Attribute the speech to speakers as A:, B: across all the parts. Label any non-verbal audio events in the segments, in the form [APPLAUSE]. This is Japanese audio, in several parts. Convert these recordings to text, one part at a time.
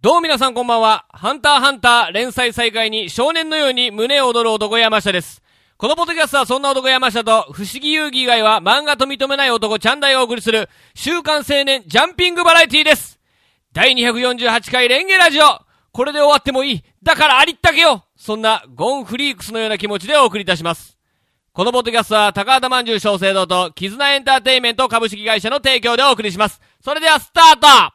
A: どうも皆さんこんばんは。ハンターハンター連載再開に少年のように胸を躍る男山下です。このポッドキャストはそんな男山下と、不思議遊戯以外は漫画と認めない男チャンダイをお送りする、週刊青年ジャンピングバラエティです。第248回レンゲラジオこれで終わってもいいだからありったけよそんなゴンフリークスのような気持ちでお送りいたします。このポッドキャストは高畑まんじゅう小生堂と絆エンターテインメント株式会社の提供でお送りします。それではスタート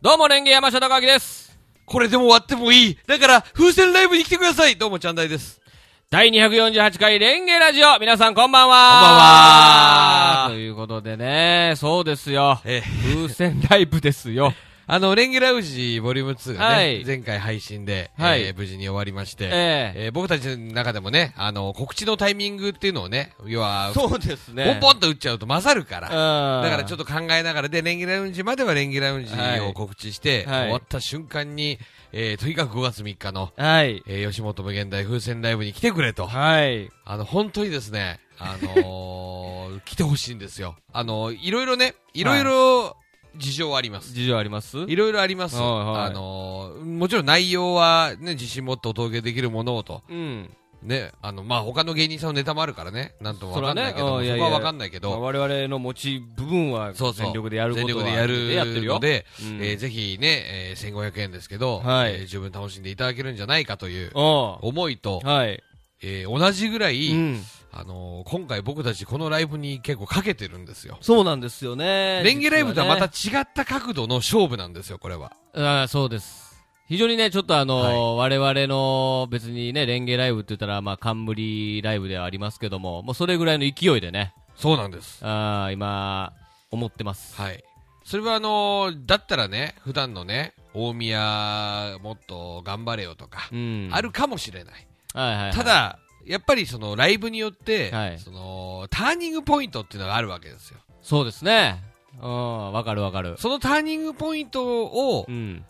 A: どうも、レンゲ山下隆明です。
B: これでも終わってもいい。だから、風船ライブに来てください。どうも、ちゃんだいです。
A: 第248回レンゲラジオ皆さんこんばんは
B: こんばんは
A: ということでね、そうですよ。
B: ええ
A: 風船ライブですよ。
B: あの、レンゲラウジボリューム2がね、
A: はい
B: 前回配信で、
A: はい
B: えー無事に終わりまして、
A: ええ
B: えー僕たちの中でもね、あの、告知のタイミングっていうのをね、要は、
A: そうです
B: ポ
A: ね
B: ンポンと打っちゃうと勝るから、だ
A: だ
B: からちょっ
A: っ
B: と考えながらで、レンゲラウンジまではレンゲラウンジ
A: はい
B: を告知して、
A: はい
B: 終わった瞬間に、えーとにかく5月3日の、
A: と。はい。
B: えー吉本無限大風船ライブに来てくれと。
A: はい。
B: あの、本当にですね、あの
A: [LAUGHS]
B: ー来てほしいんですよ。あのーいろいろね、いろいろ事情はあります。
A: 事情あります
B: いろいろあります。
A: はいはい
B: あのーもちろん内容はね、自信持ってお届けできるものをと。
A: うん。
B: ね、あの、まあ、他の芸人さんのネタもあるからね、なんともわかんないけ
A: そら
B: ど、
A: ねうんいや
B: そ
A: い
B: こ
A: や
B: はわかんないけ
A: まあ
B: ど、
A: 我々の持ち部分は
B: そうそう。
A: 全力でやることは
B: 全力でやる
A: やってるよ
B: の。で、
A: うん
B: えーぜひね、えー1500円ですけど、
A: はい
B: えー十分楽しんでいただけるんじゃないかという
A: お
B: 思いと
A: う、はい。
B: えー同じぐらい、
A: うん。
B: あのー今回僕たちこのライブに結構かけてるんですよ。
A: そうなんですよね。
B: レンゲライブとはまた
A: 実
B: 違った角度の勝負なんですよ、これは。
A: はね。ああ、そうです。非常にね、ちょっとあのー、我々の別にね、レンゲライブって言ったら、まあ、冠ライブではありますけども、もうそれぐらいの勢いでね、
B: そうなんです。
A: ああ、今、思ってます。
B: はい。それはあのーだったらね、普段のね、大宮もっと頑張れよとか
A: う、ん。
B: あるかもしれない。
A: はいはいはい。
B: た、だ、やっぱりそのライブによって、
A: はい
B: そのターニングポイントっていうのがあるわけですよ。
A: そうですね。うん、わかるわかる。
B: そのターニングポイントを
A: うん。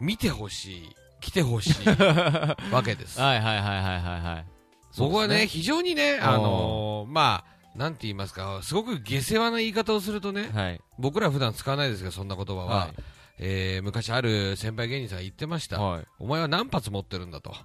B: 見てほしい、来てほしいわ
A: [LAUGHS]
B: けです。
A: はいはいはいはいはいはい。
B: 僕
A: そ
B: はね、
A: うで
B: 非常にね、あのーまあ、なんて言いますか、すごく下世話な言い方をするとね
A: す、ね、はい。
B: 僕ら普段使わないですけど、そんな言葉は、
A: はい
B: えー昔ある先輩芸人さんが言ってました、
A: はい。
B: お前は何発持ってるんだと、
A: は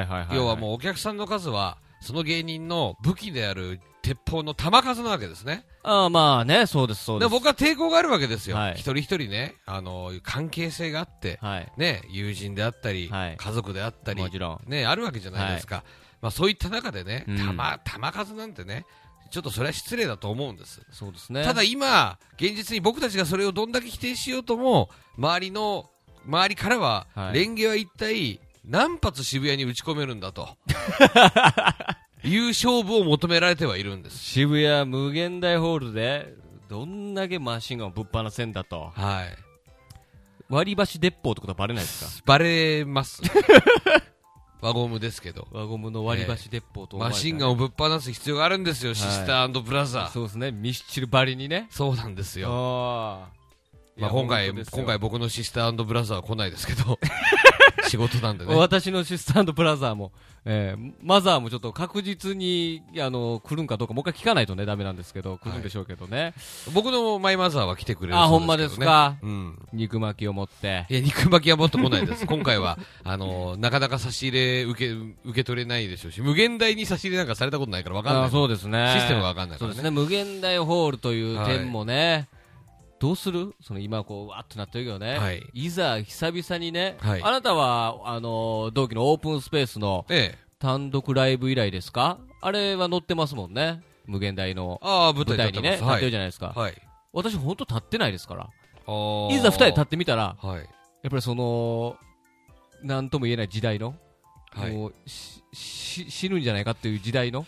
A: いはいはい。
B: 要はもうお客さんの数は、その芸人の武器である鉄砲の弾数なわけですね、
A: ああ、まあね、そうです、そうで。
B: です僕は抵抗があるわけですよ、
A: はい
B: 一人一人ね、あの関係性があって、
A: はい。
B: ね、友人であったり、
A: はい
B: 家族であったり
A: も、ちろん。
B: ね、あるわけじゃないですか、まあ、そういった中でね、
A: うん
B: 弾弾数なんてね、ちょっとそれは失礼だと思うんです。
A: そうですね。
B: ただ今、現実に僕たちがそれをどんだけ否定しようとも、周りの、周りからは、
A: はい
B: レンゲは一体何発渋谷に打ち込めるん
A: [LAUGHS]
B: だと。いう勝負を求められてはいるんです。
A: 渋谷無限大ホールで、どんだけマシンガンをぶっ放せんだと。
B: はい。
A: 割り箸鉄砲ってことはバレないですか
B: バ
A: [LAUGHS]
B: レます。輪ゴムですけど。
A: 輪ゴムの割り箸鉄砲と思わ
B: マ
A: れた
B: シ
A: ら
B: ンガンをぶっ放す必要があるんですよ、
A: い
B: シスターブラザー。
A: そうですね。ミスチルバリにね。
B: そうなんですよ。
A: ああ。
B: まあ、
A: いや
B: 今回、
A: 本当ですよ
B: 今回僕のシスターブラザーは来ないですけ
A: [LAUGHS]
B: ど、仕事なんでね。
A: 私のシスタントブラザーも、えーマザーもちょっと確実にあの来るんかどうかもう一回聞かないとねダメなんですけど来るんでしょうけどね、
B: 僕のマイマザーは来てくれる
A: あ
B: そう
A: ほんまで
B: け
A: す
B: どね
A: か
B: うん。
A: 肉巻きを持って
B: いや、肉巻きはもっと来ないです。今回は、あの、なかなか差し入れ受け、受け取れないでしょうし、無限大に差し入れなんかされたことないから分かんな
A: あ
B: い。
A: そうですね
B: システムが分かんないか
A: そう
B: ら
A: で
B: ね。
A: すね無限大ホールという点もね、どうするその今こうわーっとなってるけどね、
B: はい
A: ざ久々にね、
B: はい
A: あなたはあの同期のオープンスペースの
B: ええ。
A: 単独ライブ以来ですかあれは載ってますもんね無限大の
B: ああ、舞
A: 舞
B: 台
A: 台
B: 立
A: に
B: って
A: ね立
B: ます。
A: っ
B: は
A: てる
B: い。
A: じゃないですか、
B: はい。
A: 私本当立ってないですから
B: あー
A: いざ二人立ってみたら、
B: はい。
A: やっぱりその、なんとも言えない時代の、
B: はい。
A: もうしし死ぬんじゃないかっていう時代の。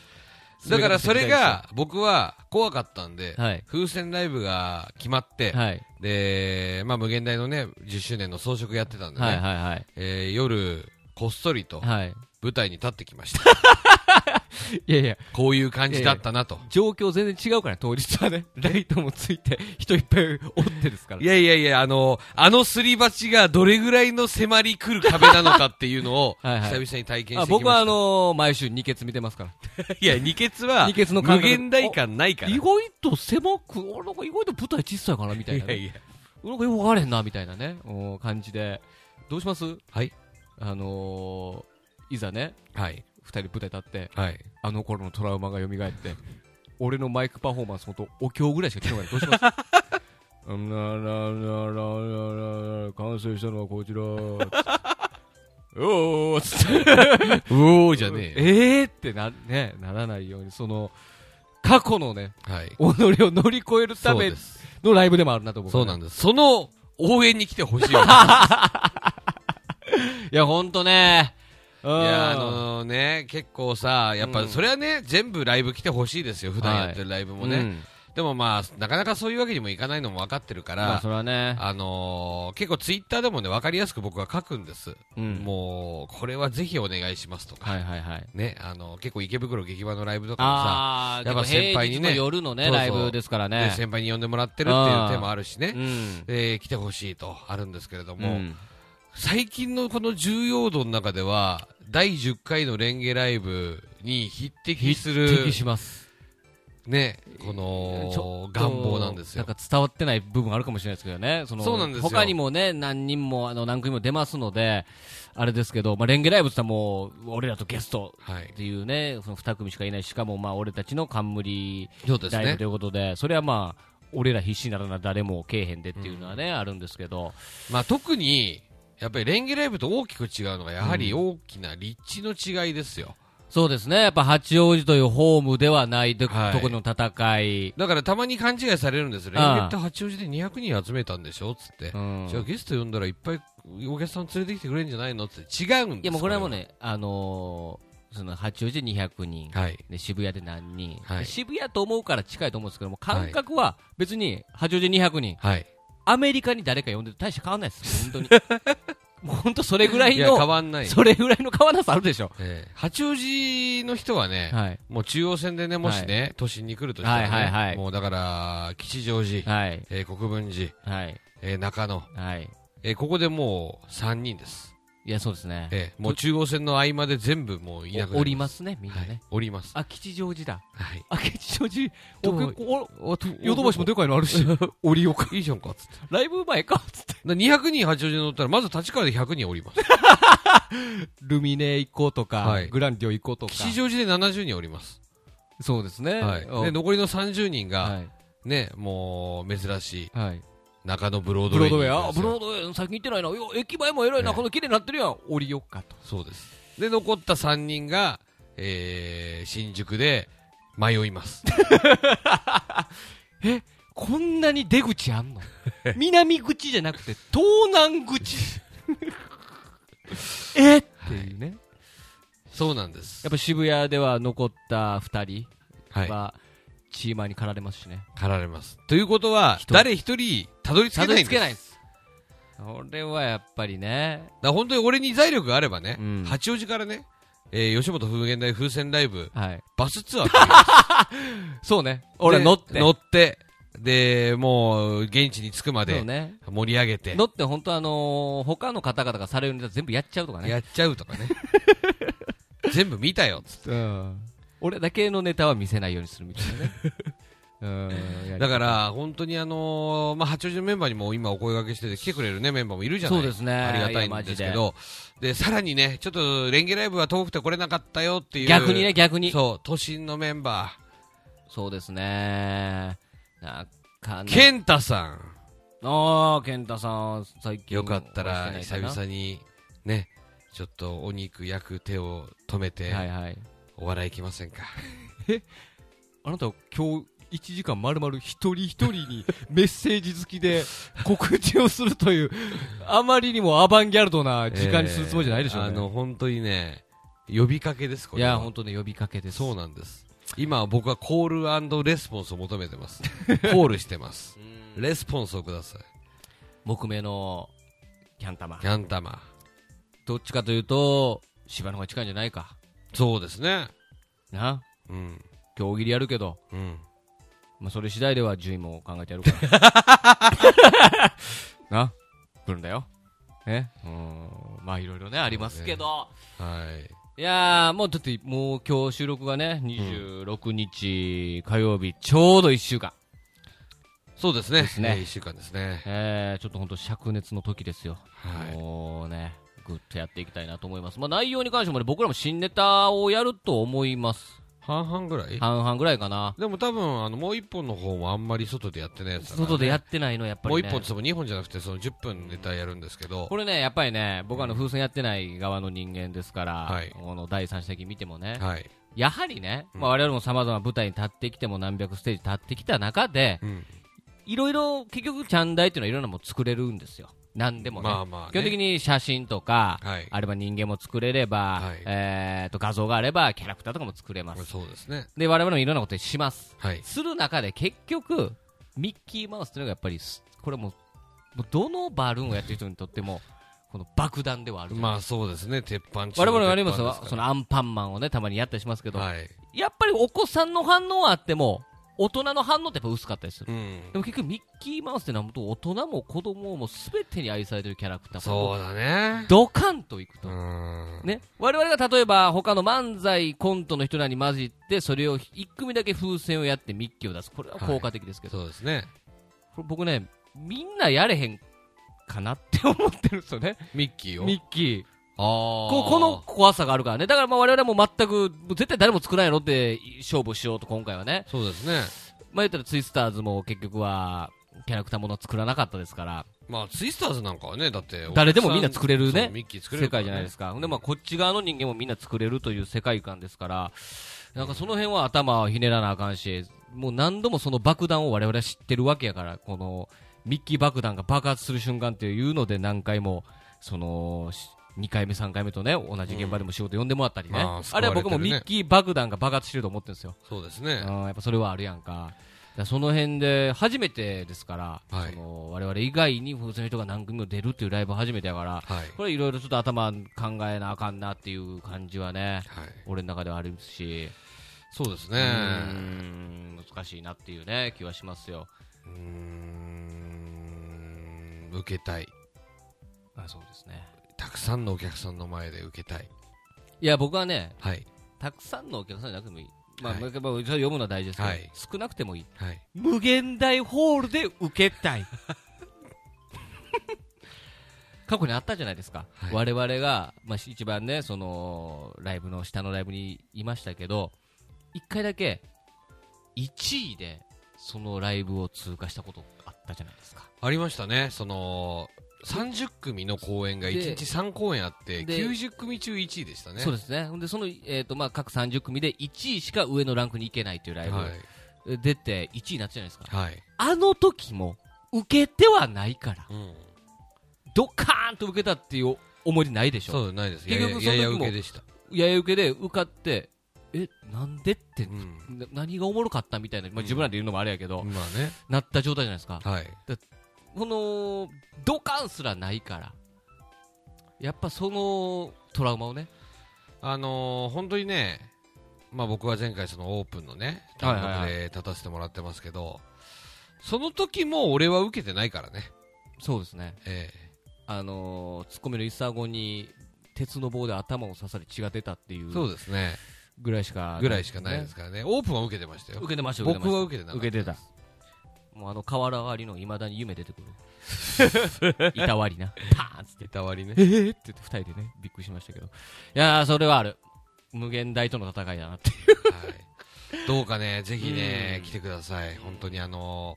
B: だからそれが、僕は怖かったんで、
A: はい、
B: 風船ライブが決まって、
A: はい、
B: で、まあ、無限大のね、10周年の装飾やってたんで
A: はい、はい、
B: ね、
A: はい、
B: えー夜、こっそりと
A: はい、
B: [LAUGHS] 舞台に立ってきました。
A: いやいや、
B: こういう感じだったなと。
A: 状況全然違うから、当日はね。ライトもついて、人いっぱいおってですから。
B: いやいやいや、あの、あのすり鉢がどれぐらいの迫り来る壁なのかっていうの [LAUGHS] を、
A: はいはい
B: 久々に体験してきました。
A: あ僕はあ、
B: [LAUGHS]
A: のー毎週二血見てますから。
B: いや、二血は、
A: 二欠の感
B: 無
A: 覚
B: 限大感ないから。
A: 意外と狭く、あなんか意外と舞台小さいかなみたいな、ね。
B: いやいや。
A: なんかよくわかれへんなみたいなね、お感じで。どうします
B: はい。
A: あのー、いざね、
B: はい。
A: 二人舞台立って、
B: はい。
A: あの頃のトラウマが蘇って、俺のマイクパフォーマンス、ほんと、お経ぐらいしか聞こえない。どう [LAUGHS] しますうんならららららら完成したのはこ [LAUGHS] ちら。おーつって。
B: うおーじゃねえよ。
A: えーってな、ね、ならないように、その、過去のね、
B: はい。
A: 己を乗り越えるた
B: そう
A: め
B: です。
A: のライブでもあるなと思う。
B: そうなん
A: だ。
B: です。その、応援に来てほしいわ。 [LAUGHS]
A: いや、ほんとね。い
B: いや、あのね、結構さ、やっ
A: う
B: ぱ
A: ん
B: それはね、全部ライブ来てほしいですよ、普段
A: はい
B: やってるライブもね。でもまあ、なかなかそういうわけにもいかないのも分かってるか
A: まあ、
B: ら
A: そ、れは [LAUGHS] ね。
B: あのー、結構ツイッターでもね、分かりやすく僕は書くんです。
A: うん
B: もう、これはぜひお願いしますとか、
A: はいはいはい。
B: ね、あの、結構池袋劇場のライブとかもさ、
A: ああ、や
B: やっ
A: っ
B: ぱ
A: ぱ
B: 先
A: 先
B: 輩
A: 輩
B: に
A: に
B: ね
A: ね。夜のね、
B: そうそう
A: ライブですから
B: ね
A: ね。
B: 先輩に呼んでもらってるっていう手もあるし
A: う
B: ね、
A: ん。
B: で、来てほしいとあるんですけれども、
A: ん
B: 最近のこの重要度の中では、第10回のレンゲライブに匹敵する、
A: 匹敵します。
B: ね、こ
A: ちょ
B: の
A: っと
B: 願望なんですよ
A: な。んか伝わってない部分あるかもしれないですけどね。その
B: そうなんですよ
A: 他にもね、何人も、あの、何組も出ますので、あれですけど、まあ、レンゲライブって言ったらもう、俺らとゲスト
B: はい
A: っ。ていうね、その2組しかいない、しかもまあ、俺たちの冠
B: そうです
A: ライブ
B: ね
A: とい。うことで、それはまあ、俺ら必死にならな誰もけえへんでっていうのはね、あるんですけど、
B: まあ特に、やっぱりレンゲライブと大きく違うのが、やはり大きな立地の違いですよ。
A: そうですね、やっぱ八王子というホームではないで
B: はい
A: ところの戦い、
B: だからたまに勘違いされるんですよ。レンゲって八王子で200人集めたんでしょつって
A: う。ん、
B: じゃあゲスト呼んだらいっぱいお客さん連れてきてくれるんじゃないのって違うんです
A: いやもうこれはもう。ね、あのーその八王子で200人、
B: はい。
A: で渋谷で何人、
B: はい
A: で渋谷と思うから近いと思うんですけども、感覚は別に八王子200人、
B: はい。
A: アメリカに誰か呼んでて大して変わんないです、
B: [LAUGHS]
A: 本当に。もう本当それぐらい
B: いや、変
A: の、
B: わんない。
A: それぐらいの変わらなさあるでしょ。
B: ええ八王子の人はね、
A: はい。
B: もう中央線でね、もしね、都心に来るとしたらね、
A: はいはいはい
B: もうだから、吉祥寺、
A: はい。
B: えー国分寺、
A: はい。
B: えー中野、
A: はい。
B: えーここでもう3人です。
A: いや、そうですね。
B: えーもう中央線の合間で全部もういなくな。
A: おおりますすね、みんな
B: は
A: ね。
B: い。おります。
A: あ、吉祥寺だ。
B: はい。
A: あ、吉祥寺。
B: お
A: お
B: 結
A: ヨドバシもでかいのあ [LAUGHS] るし。
B: おりよか。いいじゃんか、つって。
A: ライブ前か。つって。
B: だ200人八王子に乗ったら、まず立川で100人おります。
A: ルミネ行こうとか、
B: はい
A: グランディオ行こうとか。
B: 吉祥寺で70人おります。
A: そうですね。
B: はい。
A: お
B: で、残りの30人が、
A: はい。
B: ね、もう、珍しい、
A: はい。
B: 中野ブロード
A: ブ
B: ウェ
A: ロー
B: イに
A: ドウェイ、あ、
B: 行くんですよ。
A: ブロードウェイ、最近行ってないな。よ駅前も偉いな。
B: ええ
A: この綺麗になってるやん。降りよっかと。
B: そうです。で、残った3人が、えー、新宿で迷
A: [LAUGHS]
B: います。
A: [LAUGHS] こんなに出口あんの [LAUGHS] 南口じゃなくて、東南口。 [LAUGHS] えっていうね。
B: そうなんです
A: やっ。ぱ渋谷では残った二人
B: はい。
A: は、チーマーに駆られますしね。
B: 駆られます。ということは、
A: 人
B: 誰一人、たどり着け
A: た
B: ないん
A: ど
B: で
A: り
B: す。
A: 着けないです。これはやっぱりね。
B: だから本当に俺に財力があればね、
A: うん
B: 八王子からね、えー、吉本風現大風船ライブ、
A: はい。
B: バ
A: [LAUGHS]
B: スツアーっていうの
A: そうね。俺乗って。
B: で乗って、で、もう、現地に着くま
A: そう
B: で、
A: ね。
B: 盛り上げて、
A: 乗って本当あのー、他の方々がされるネタ全部やっちゃうとかね。
B: やっちゃう
A: [LAUGHS]
B: とかね。全部見たよ、つって。
A: うん。俺だけのネタは見せないようにするみたいなね。 [LAUGHS] うん。やり
B: だから、本当にあのーまあ、八王子のメンバーにも今お声掛けしてて、来てくれるね、メンバーもいるじゃない
A: そうですね
B: ありがたいんですけど、で、さらにね、ちょっと、レンゲライブは遠くて来れなかったよっていう。
A: 逆にね、逆に。そう
B: そう、都心のメンバ
A: ですね。なかな
B: ー、健太さん。
A: ああ、健太さん、最近。
B: よかったら
A: お会いして
B: 久
A: ないかな
B: 々にねちょっとお肉焼く手を止めて、
A: はいはい。
B: お笑い行きませんか
A: あなた、今日、1時間まるまる一人一人に [LAUGHS] メッセージ付きで告知をするという、あまりにもアバンギャルドな時間にするつもりじゃないでしょうね。
B: えーあの本当にね呼びかけですこ
A: い
B: れは
A: や、本当ね、呼びかけです。
B: そうなんです今僕はコールレスポンスを求めてます [LAUGHS] コールしてますレスポンスをください
A: 木目のキャン玉
B: キ。ャン玉
A: どっちかというと、芝の方が近いんじゃないか。
B: そうですね
A: な
B: うん。
A: 今日大喜利やるけど、
B: うん。
A: まあ、それ次第では順位も考えてやるから [LAUGHS] な来るんだよねうんまあいろいろねありますけど、
B: はい。
A: いやーもうだってもう今日収録がね26日火曜日ちょうど1週間
B: そうですね。
A: ですね
B: えー一週間ですね。
A: えー、ちょっと本当灼熱の時ですよ、
B: はい。
A: もうねぐっとやっていきたいなと思いますまあ内容に関してもね僕らも新ネタをやると思います
B: 半々ぐらい
A: 半々ぐらいかな
B: でも多分、あの、もう一本の方もあんまり外でやってないやつだからね
A: 外でやってないのやっぱり、
B: も
A: ね、
B: う一本つも二本じゃなくて、その10分ネタやるんですけど
A: こ。れね、やっぱりね、僕はあの風船やってない側の人間ですから、
B: はい
A: この第三者的に見てもね、
B: はい。
A: やはりね、まあ、我々もさまざま舞台に立ってきても、何百ステージ立ってきた中で、
B: うん。
A: いろいろ結局、チャンダイっていうのはいろんなもの作れるんですよ、なんでもね。
B: まあまあね。
A: 基本的に写真とか、
B: はい。
A: あれば人間も作れれば、
B: はい
A: えー、と画像があればキャラクターとかも作れます。
B: そうですね。
A: で、我々もいろんなことします。
B: はい。
A: する中で結局、ミッキーマウスというのがやっぱりす、これもう、もうどのバルーンをやってる人にとって
B: [LAUGHS]
A: も、この爆弾ではある。
B: まあそうですね。鉄板中
A: 我
B: の
A: 々もやります
B: 鉄板
A: よ
B: で、
A: そ
B: か
A: のアンパンマンをね、たまにやったりしますけど、
B: らはい。
A: やっぱりお子さんの反応はあっても、大人の反応ってやっぱ薄かったりする。
B: うん。
A: でも結局、ミッキーマウスってのは本当、大人も子供も全てに愛されてるキャラクター。
B: そうだね。
A: ドカンといく
B: う
A: と。
B: ん。
A: ね、我々が例えば他の漫才コントの人らに混じってそれを1組だけ風船をやってミッキーを出すこれは効果的ですけど、
B: そうですね。
A: これ僕ねみんなやれへんかなって思ってるんですよね
B: ミッキーを。
A: ミッキー
B: あー
A: ここの怖さがあるからねだからまあ我々も全くもう絶対誰も作らないのって勝負しようと今回はね
B: そうですね。
A: まあ言ったらツイスターズも結局はキャラクターもの作らなかったですから
B: まあ、ツイスターズなんかはね、だって、
A: 誰でもみんな作れるね
B: そうミッキー作れ
A: 世
B: るか
A: 界
B: らね
A: じゃないですか、ほんでまあこっち側の人間もみんな作れるという世界観ですから、なんかその辺は頭をひねらなあかんし、もう何度もその爆弾を我々は知ってるわけやから、このミッキー爆弾が爆発する瞬間っていうので、何回もその2回目、3回目とね同じ現場でも仕事呼んでもらったりね、
B: まあ救
A: あ
B: わ
A: れ
B: れ
A: は
B: てるね
A: 僕もミッキー爆弾が爆発してると思ってるんですよ、
B: そうです
A: う
B: ね。
A: ん、やっぱそれはあるやんか。だからその辺で初めてですから、
B: はい
A: その我々以外に風船の人が何組も出るっていうライブは初めてやから、
B: はい。
A: これいろいろちょっと頭考えなあかんなっていう感じはね、
B: はい。
A: 俺の中ではあるし、
B: そうです
A: うー
B: ね。
A: ん、難しいなっていうね、気はしますよ。
B: うーん。受けたい。
A: あそうですね。
B: たくさんのお客さんの前で受けたい。
A: いや、僕はね、
B: はい。
A: たくさんのお客さんじゃなくてもいい。まあ、
B: はい
A: まあまあそれ読むのは大事ですけど、
B: はい
A: 少なくてもいい。
B: はい。
A: 無限大ホールで受けた
B: [LAUGHS]
A: い。過去にあったじゃないですか。
B: はい
A: 我々が、まあ、一番ね、その、ライブの、下のライブにいましたけど、一回だけ、1位で、そのライブを通過したことあったじゃないですか。
B: ありましたね。その、30組の公演が1
A: で
B: 日3公演あって、
A: で
B: 90組中1位でしたね。
A: そうですね。ほんで、その、えっ、と、まあ、各30組で1位しか上のランクに行けないというライブ、
B: はい。
A: え出て1位になったじゃないですか。
B: はい。
A: あの時も、受けてはないから、
B: うん。
A: ドカーンと受けたっていう思い出ないでしょ。
B: そうないです。
A: 結局
B: ややや
A: その時
B: や
A: も
B: 受けでした。
A: やや受けで受かって、え、なんでって
B: う、ん。
A: な何がおもろかったみたいな、まあ、自分らで言うのもあれやけど、
B: まあね。
A: なった状態じゃないですか。
B: はい。
A: この、ドカンすらないから、やっぱそのトラウマをね、
B: あのー本当にね、まあ、僕は前回そのオープンのね
A: はい
B: 単
A: はいはい
B: 独で立たせてもらってますけど、その時も俺は受けてないからね、
A: そうですね、
B: え
A: あのー、ツッコミのイサゴに、鉄の棒で頭を刺され血が出たってい
B: え
A: う
B: そうですね
A: ぐらいしか、
B: ぐらいしかないですからねオープンは受けてました
A: ね。
B: よ
A: 受けてました、受けて
B: 僕
A: ま
B: は
A: し
B: 受けてな
A: た。
B: かっ
A: 受けてた。もうあの瓦割りのいまだに夢出てく
B: [LAUGHS]
A: る。板割りな。パーンっつって
B: た。いたわりね
A: えーって言って二人でね、びっくりしましたけど。いやー、それはある。無限大との戦いだなって。
B: はいどうかねぜひね
A: うん
B: 来てください本当にあの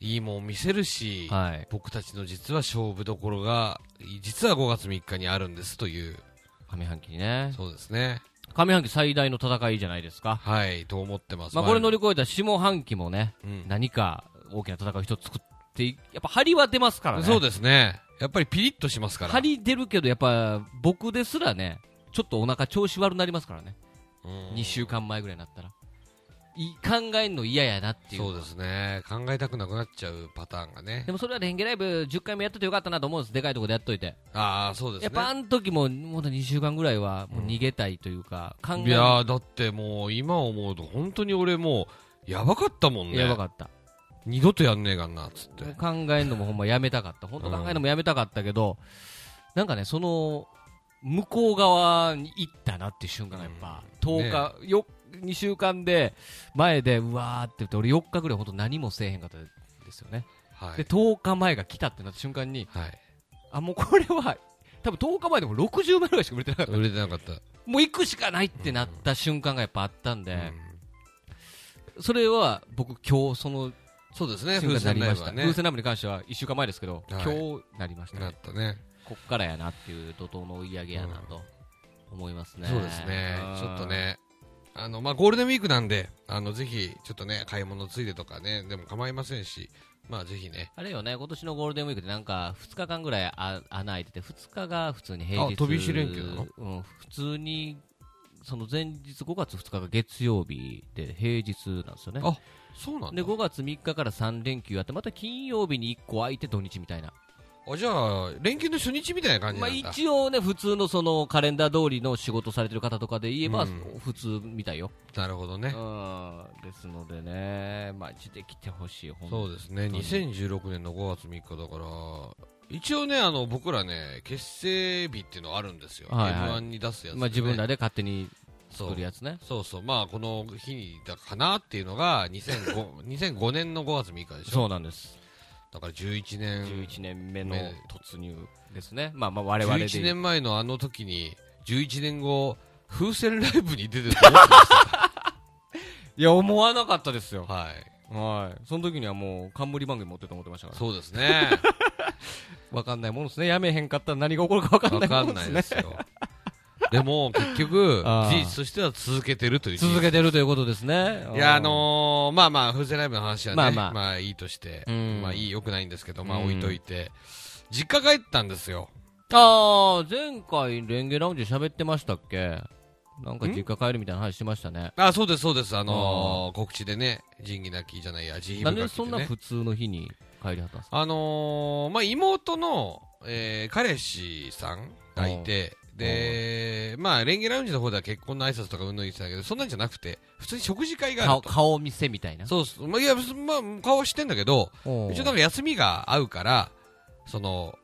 B: ーいいもん見せるし、
A: はい。
B: 僕たちの実は勝負どころが実は5月3日にあるんですという
A: 上半期ね。
B: そうですね
A: 上半期最大の戦いじゃないですか。
B: はいと思ってます
A: まあ、これ乗り越えた下半期もね、
B: うん
A: 何か大きな戦いを一つ作ってい、やっぱ張りは出ますからね。
B: そう
A: で
B: ですね。やっぱりピリッとしますから。
A: 張り出るけど、やっぱ僕ですらね、ちょっとお腹調子悪くなりますからね。
B: うん
A: 2週間前ぐらいになったら。い考えるの嫌やなっていう
B: そうですね考えたくなくなっちゃうパターンがね
A: でもそれはレンゲライブ10回もやっててよかったなと思うんですでかいところでやっといて
B: ああそうで
A: や
B: す
A: っぱあ
B: ね
A: の時ももう2週間ぐらいはもう逃げたいというか、考
B: い
A: え
B: やーだってもう今思うと本当に俺もうやばかったもんね
A: やばかった
B: 二度とやんねえかんなっつって
A: 考えるのもほんまやめたかった本当考えるのもやめたかったけど、なんかねその向こう側に行ったなっていう瞬間がやっぱ、10日、よ2週間で前でうわーって言って俺4日ぐらい本当何もせえへんかったですよね、
B: は
A: で
B: い
A: 10日前が来たってなった瞬間に
B: はい
A: あもうこれは多分10日前でも60万ぐらいしか売れてなかった
B: [LAUGHS] 売れてなかった
A: もう行くしかないってなった瞬間がやっぱあったんで、
B: うん
A: それは僕今日その
B: そうですね
A: 瞬間
B: 風
A: になり
B: 船ライ
A: ました、
B: ブはね
A: 風船ライブに関しては1週間前ですけど、
B: は
A: 今
B: い
A: 日なりましたね
B: なったね
A: こっからやなっていう怒涛の追い上げやなと思いますね。
B: そうですね
A: うん、
B: ちょっと。ね、あのまあ、ゴールデンウィークなんで、あのぜひちょっとね、買い物ついでとかね、でも構いませんし、まあぜひね、
A: あれよね、今年のゴールデンウィークってなんか2日間ぐらいあ穴開いてて、2日が普通に平日。
B: あ飛び石連休なの
A: うん、普通に、その前日5月2日が月曜日で平日なんですよね。
B: あそうなん
A: で、
B: だ、
A: 5月3日から3連休やって、また金曜日に1個空いて土日みたいな。
B: あじゃあ、連休の初日みたいな感じ
A: ま
B: な
A: あ
B: んだ、
A: 一応ね、普通のそのカレンダー通りの仕事されてる方とかで言えば、
B: うん
A: 普通みたいよ。
B: なるほどね、
A: うんですのでね、マジで来てほしい、ほん
B: そうですね、
A: 本当に
B: 2016年の5月3日だから、一応ね、あの僕らね、結成日っていうのあるんですよ、
A: はいはい
B: m 1に出すやつ、ね
A: まあ、自分らで勝手に
B: そう
A: 作るやつね。
B: そうそう、まあこの日にだかなっていうのが2005、2005
A: [LAUGHS]
B: 年の5月3日でしょ、
A: そうなんです。
B: だから11年。
A: 11年目の
B: ね
A: 突入ですね。まあまあ我々で。
B: 11年前のあの時に11年後風船ライブに出てると思ってまし
A: いや、思わなかった [LAUGHS] ですよ。
B: たはい
A: はい。その時にはもう冠番組持ってると思ってましたから。
B: そうですね
A: わかんないもんですね。やめへんかったら何が起こるかわかん
B: わ
A: な
B: か
A: いもんで
B: んな
A: す
B: い
A: ね
B: で。すよでも結局
A: あー
B: 事実としては続けてるという事実
A: 続けてるということですね。
B: いやあのーまあまあ風船ライブの話はね
A: ま
B: ま
A: あ
B: あ
A: まあ
B: いいとして
A: うん
B: まあいいよくないんですけどまあ
A: うん
B: 置いといて実家帰ったんですよ
A: あー、前回レンゲラウンジ喋ってましたっけなんか実家帰るみたいな話しましたね。
B: あそうですそうですあのー告知でね仁義なきじゃないや慈
A: な
B: 悲
A: ん
B: 深
A: で
B: き
A: そ
B: っ
A: ん
B: て
A: な
B: ね
A: 普通の日に帰りはったんですか
B: あのーまあ、妹の、えー彼氏さんがいて、で、まあ、レンゲラウンジの方では結婚の挨拶とかうんぬん言ってたけど、そんなんじゃなくて、普通に食事会があ
A: 顔
B: ると。
A: 顔見せみたいな
B: そうそう。まあ、いや、すまあ、顔はしてんだけど、一応なんか休みが合うから、その、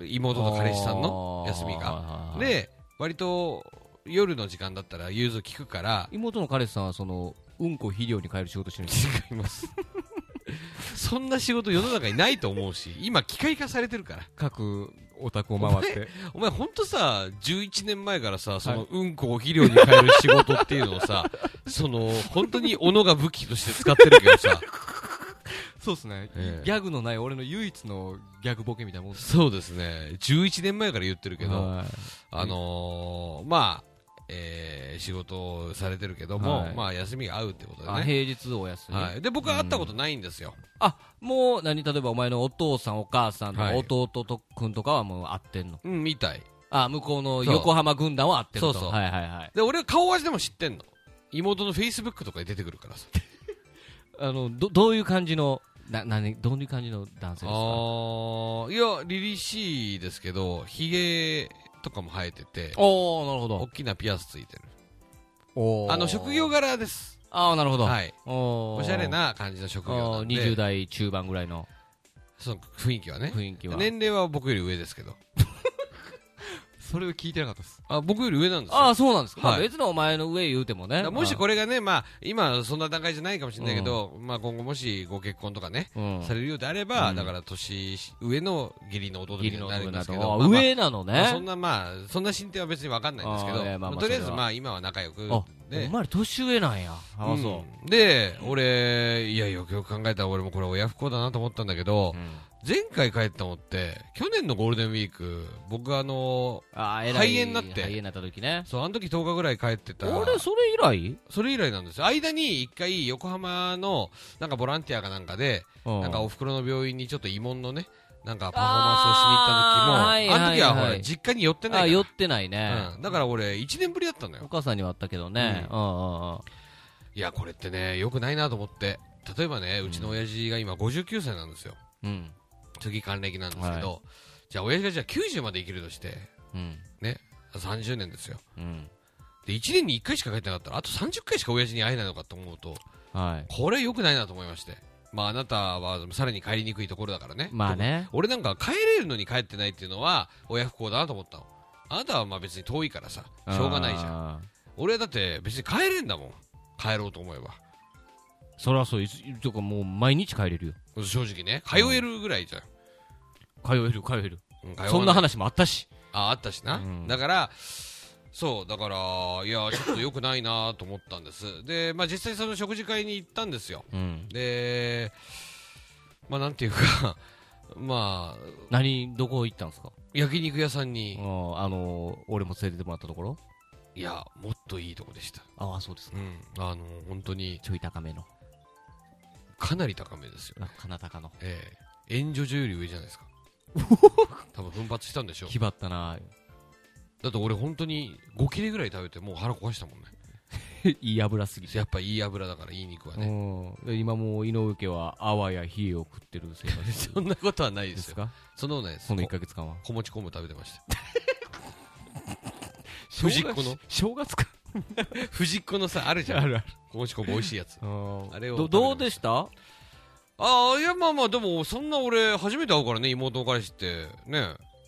B: 妹の彼氏さんの休みが。
A: が
B: で、割と、夜の時間だったら融通聞くから、
A: 妹の彼氏さんはそのうんこ肥料に変える仕事してるんです
B: 違います。そんな仕事世の中にないと思うし、今機械化されてるから。
A: 各お宅を回って
B: お前ほんとさ、11年前からさ、そ
A: は
B: のうんこを肥料に変える仕事っていうのを
A: [LAUGHS]
B: さ、その、本当に斧が武器として使ってるけどさ、
A: [LAUGHS] そうですね
B: ええ
A: ギャグのない俺の唯一のギャグボケみたいなもんです
B: そうですね、11年前から言ってるけ
A: け
B: ど、
A: ど
B: あのー、まあ、えー仕事をされてるけども、
A: はい
B: まあ休みが合うってことで
A: あ
B: ね。
A: 平日お休み
B: はい。で、僕は会ったことないんですよ。
A: あもう何例えばお前のお父さんお母さんとか
B: はい
A: 弟とくんとかはもう会ってんの
B: うん、みたい。
A: あ向こうの
B: そう
A: 横浜軍団は会ってると
B: そうそう
A: はいはいはい
B: で、俺は顔はでも知ってんの。妹のフェイスブックとかに出てくるからさ。
A: あのどどういう感じのな何どういう感じの男性です
B: あ
A: か
B: ーいや、凛々しいですけど、ひげとかも生えてて、
A: おおなるほ
B: 大きなピアスついてる。
A: ど
B: あの、職業柄です。
A: ああなるほど
B: はい。
A: お
B: おしゃれな感じの職業なんで。
A: 20代中盤ぐらいの
B: その雰囲気はね。
A: 雰囲気は
B: 年齢は僕より上ですけど。
A: [LAUGHS] それを聞いてなかったです
B: あ、僕より上なんですよ。
A: ああそうなんですか、まあ
B: はい
A: 別のお前の上言うても
B: だ
A: ね
B: からもしこれがね、まあ、今、そんな段階じゃないかもしれないけど、まあ、今後もしご結婚とかね、
A: うん
B: されるようであれば、
A: うん
B: だから、年上の義理の弟
A: ギ
B: に
A: リの
B: なるんですけど、
A: あ
B: まあまあ
A: 上なのね、
B: まあそんな、まあ、そんな進展は別にわかんないんですけ
A: あー
B: ど、
A: いやまあまあ
B: とりあえ
A: そ
B: ず、
A: れは
B: まあ、今は仲良く
A: あ
B: で
A: お、前ら年上なんやああそ
B: うんで、俺、いや、よくよく考えたら俺もこれ親不孝だなと思ったんだけど、
A: う、うん
B: 前回帰ったのって、去年のゴールデンウィーク、僕あの
A: ああ偉い
B: 肺炎になって
A: 肺炎になった時ね
B: そう、あの時10日ぐらい帰ってた。
A: 俺それ以来、
B: それ以来なんですよ。間に一回横浜の、なんかボランティアかなんかで、
A: う
B: なんかお袋の病院にちょっと慰問のね、なんかパフォーマンスをしに行っ
A: あー
B: た時も、
A: は
B: あ,、
A: いはいはい
B: の時はほら、実家に寄ってな
A: あ
B: い
A: あ
B: から。
A: 寄ってないね、
B: うん、だから俺、1年ぶりだったのよ
A: お。母さんにはあったけどね、うんうんうん、
B: いや、これってね、良くないなと思って。例えばね、うちの親父が今59歳なんですよ。
A: うん。
B: 次還暦なんですけど、じゃあ親父がじゃあ90まで生きるとして、
A: うん。
B: ね、30年ですよ。
A: うん。
B: で、1年に1回しか帰ってなかったら、あと30回しか親父に会えないのかと思うと、
A: はい。
B: これ良くないなと思いまして。まあ、あなたはさらに帰りにくいところだからね。
A: まあね。
B: 俺なんか帰れるのに帰ってないっていうのは親不孝だなと思ったのあなたはまあ別に遠いからさしょうがないじゃん
A: ゃん。
B: 俺はだって別に帰れんだもん帰ろうと思えば
A: そりゃそう、いつ、とかもう毎日帰れるよ。
B: 正直ね通えるぐらいじゃん、
A: 通える、通える。
B: うん通わい
A: そんな話もあったし。
B: ああったしな、
A: うん
B: だからそうだからいやちょっと良くないなと思ったんですでまあ実際その食事会に行ったんですよ
A: うん。
B: でまあなんていうか [LAUGHS] まあ
A: 何、どこ行ったんですか
B: 焼肉屋さん
A: あ
B: に
A: ーあのー、俺も連れてってもらったところ
B: いやもっといいとこでした
A: ああ、そうですか。
B: うんあの本当に
A: ちょい高めの。
B: かなり高めですよ、
A: あかな高の。
B: ええ援助所より上じゃないで
A: [LAUGHS]
B: すか多分奮発したんでしょう
A: 気張ったな [LAUGHS]
B: だって俺本当に5切れぐらい食べてもう腹壊したもんね
A: いい油すぎて。
B: やっぱいい油だからいい肉は
A: う
B: ね、
A: ん。で今もう井上家は、あわや冷えを食ってる生活
B: そんなことはないで
A: ですす
B: よ
A: か
B: そんなことないです
A: この1ヶ月間は。
B: こ小餅昆布食べてま [LAUGHS] した藤子の
A: 正月か。
B: 藤子のさあるじゃん
A: るある。
B: 小餅昆布美味しいやつあ
A: あ
B: れを
A: どどうでした
B: [LAUGHS] ああいやまあまあでもそんな俺初めて会うからね妹の彼氏ってね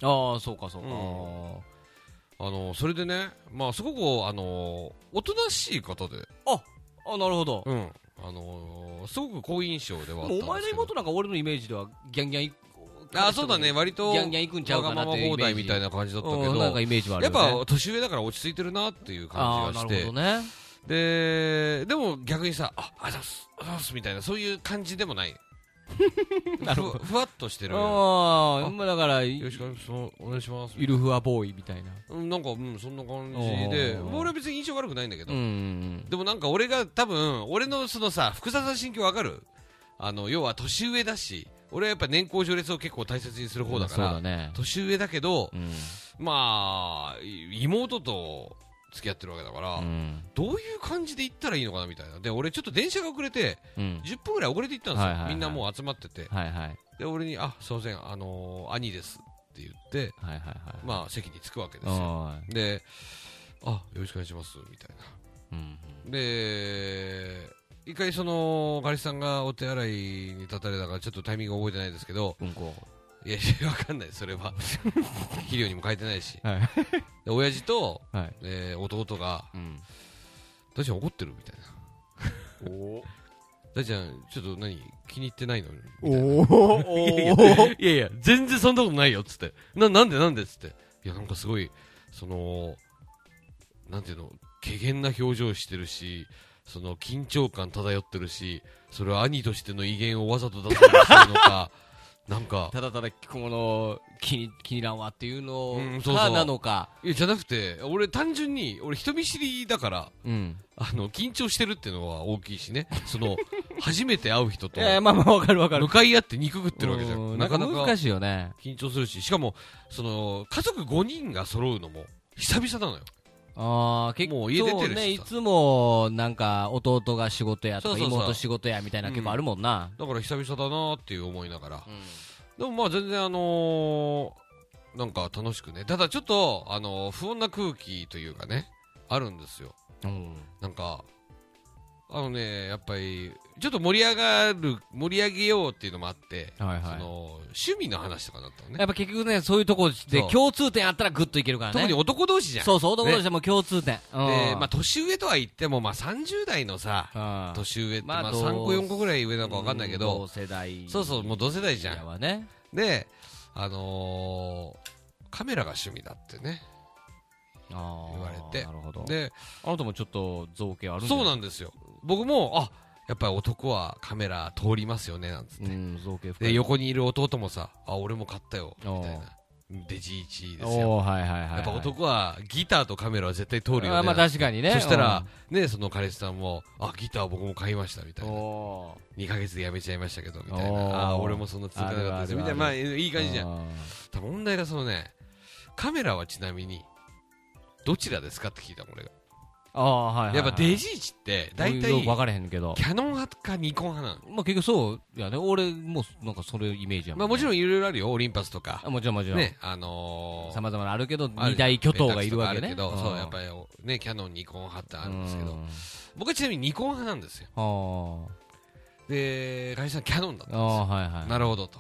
A: ああ、そうか、そうう
B: か
A: か。
B: あのそれでねまあすごくあのおとなしい方で
A: あ、なるほど。
B: うんあのーすごく好印象ではあっ
A: お
B: たんですけど
A: 前の妹なんか俺のイメージではギャンギャン行く
B: あそうだね割と
A: ギャンギャン行くんちゃうかなっていうイメージ
B: わがまま放題みたいな感じだったけ
A: うんなん
B: ど
A: かイメージはある
B: や
A: よ
B: っ
A: ね
B: ぱ年上だから落ち着いてるなっていう
A: あ
B: 感
A: あ
B: じが
A: な
B: し
A: る
B: て
A: ほどね
B: ででも逆にさああざっすあざっすみたいなそういう感じでもない
A: [LAUGHS] なるほど
B: ふふわっとしてるよ
A: あ
B: あ
A: あまあだからい
B: ろしくお願いしますお願いします
A: イルフアボーイみたいな
B: うんなんかうんそんな感じで
A: おー
B: 俺は別に印象悪くないんだけど
A: ん
B: でもなんか俺が多分俺のそのさ複雑な心境わかるあの要は年上だし俺はやっぱ年功序列を結構大切にする方だから
A: そうだね
B: 年上だけど
A: うん
B: まあ、い妹と付き合ってるわけだから、
A: うん
B: どういう感じで行ったらいいのかなみたいな。で、俺ちょっと電車が遅れて、
A: うん
B: 10分ぐらい遅れて行ったんですよ。
A: はいはいはい
B: みんなもう集まってて。
A: はいはい
B: で、俺に、あ、すいません、あのー兄ですって言って、
A: はいはいはい
B: まあ、席に着くわけですよ。
A: あ
B: で、あ、よろしくお願いします、みたい
A: うん
B: な。で、一回その、ガリさんがお手洗いに立たれたから、ちょっとタイミング覚えてないですけど、
A: うんこ
B: いや、わかんない、そ
A: [LAUGHS]
B: れは。肥料にも変えてないし。
A: はい
B: で、親父と、
A: はい
B: えー弟が、
A: うん
B: 大ちゃん怒ってるみたいな。
A: お
B: 大ちゃん、ちょっと何気に入ってないのみたいな
A: おお
B: いやいや、全然そんなことないよ、つって。な、なんでなんでつって。いや、なんかすごい、その、なんていうの、怪げな表情してるし、その、緊張感漂ってるし、それは兄としての威厳をわざと出そうとしてるの
A: [LAUGHS]
B: か、なんか、
A: ただただこの気に気に入らんわっていうの
B: うんそうそう
A: かなのか
B: いや、じゃなくて、俺単純に、俺人見知りだから、
A: うん
B: あの、緊張してるっていうのは大きいしね。その、初めて会
A: [LAUGHS]
B: う人と、
A: えまあまあわかるわかる
B: 向かい合って肉食ってるわけじゃ。
A: うんん
B: な
A: な
B: か
A: か
B: な
A: な
B: か
A: か難しいよね
B: 緊張するし、しかも、その、家族5人が揃うのも、久々なのよ。
A: ああ、結
B: も
A: 構
B: う家出てるしさ
A: ね、いつも、なんか、弟が仕事やと
B: そう
A: か、
B: そうそう
A: 妹仕事やみたいな結構あるもんな。
B: だから久々だなーっていう思いながら。
A: う
B: でもまあ全然あのーなんか楽しくね。ただちょっと、あのー不穏な空気というかね、あるんですよ。
A: ん。
B: なんか、あのね、やっぱり、ちょっと盛り上がる、盛り上げようっていうのもあって、
A: はい
B: そ
A: は
B: の、趣味の話とかだったの
A: い。
B: ね。
A: やっぱ結局ね、そういうとこで
B: そう
A: 共通点あったらグッといけるからね。
B: 特に男同士じゃん。
A: そうそう、男としても共通点。うん
B: で、まあ年上とは言っても、まあ30代のさ、
A: あうん
B: 年上って、
A: ま
B: ま
A: あ
B: あ
A: 同
B: 3個4個ぐらい上なのか分かんないけど
A: 同、世代。
B: そうそう、もう同世代じゃん。
A: はね。
B: で、あのーカメラが趣味だってね。
A: ああ。
B: 言われて
A: なるほど。
B: で、
A: あなたもちょっと造形あるんじゃ
B: そう
A: い
B: なんですよ。僕も、あ、やっぱり男はカメラ通りますよね、なんつって。
A: うん、造形深い。
B: で、横にいる弟もさ、あ、俺も買ったよ、
A: おー
B: みたいな。デジイチですよ。
A: おーはいはいはいはい。
B: やっぱ男はギターとカメラは絶対通るよ
A: あ
B: ね。
A: まあ確かにね。
B: そしたら、ね、その彼氏さんも、あ、ギター僕も買いました、みた
A: うん、
B: いな。
A: おー
B: 2ヶ月で辞めちゃいましたけど、みたい
A: おー
B: な。あ、俺もそんな続かなかったです、みたいな。ま
A: あ
B: あ、いい感じじゃん。
A: あ
B: ただ問題がそのね、カメラはちなみに、どちらですかって聞いたの俺が。
A: ーああ、はい、はい。
B: やっぱデジイチって大体
A: よく分
B: キ
A: からへんけど。
B: ャノン派かニコン派なの
A: まあ結局そうやね。俺もなんかそれイメージやもん、ね。
B: まあもちろんいろいろあるよオリンパスとか
A: あもちろんもちろん。
B: ねあのー
A: さまざまなあるけど、
B: ある
A: 二大巨頭がいるわけね。
B: レタスとかあるけどそうやっぱ
A: り
B: りねキャノンニコン派ってあ
A: あ
B: るんですけど
A: あ
B: 僕はちなみにニコン派なんですよ
A: あ
B: で会社はキャノンだ
A: ー。
B: ったんですよ
A: はいはい。
B: なるほどと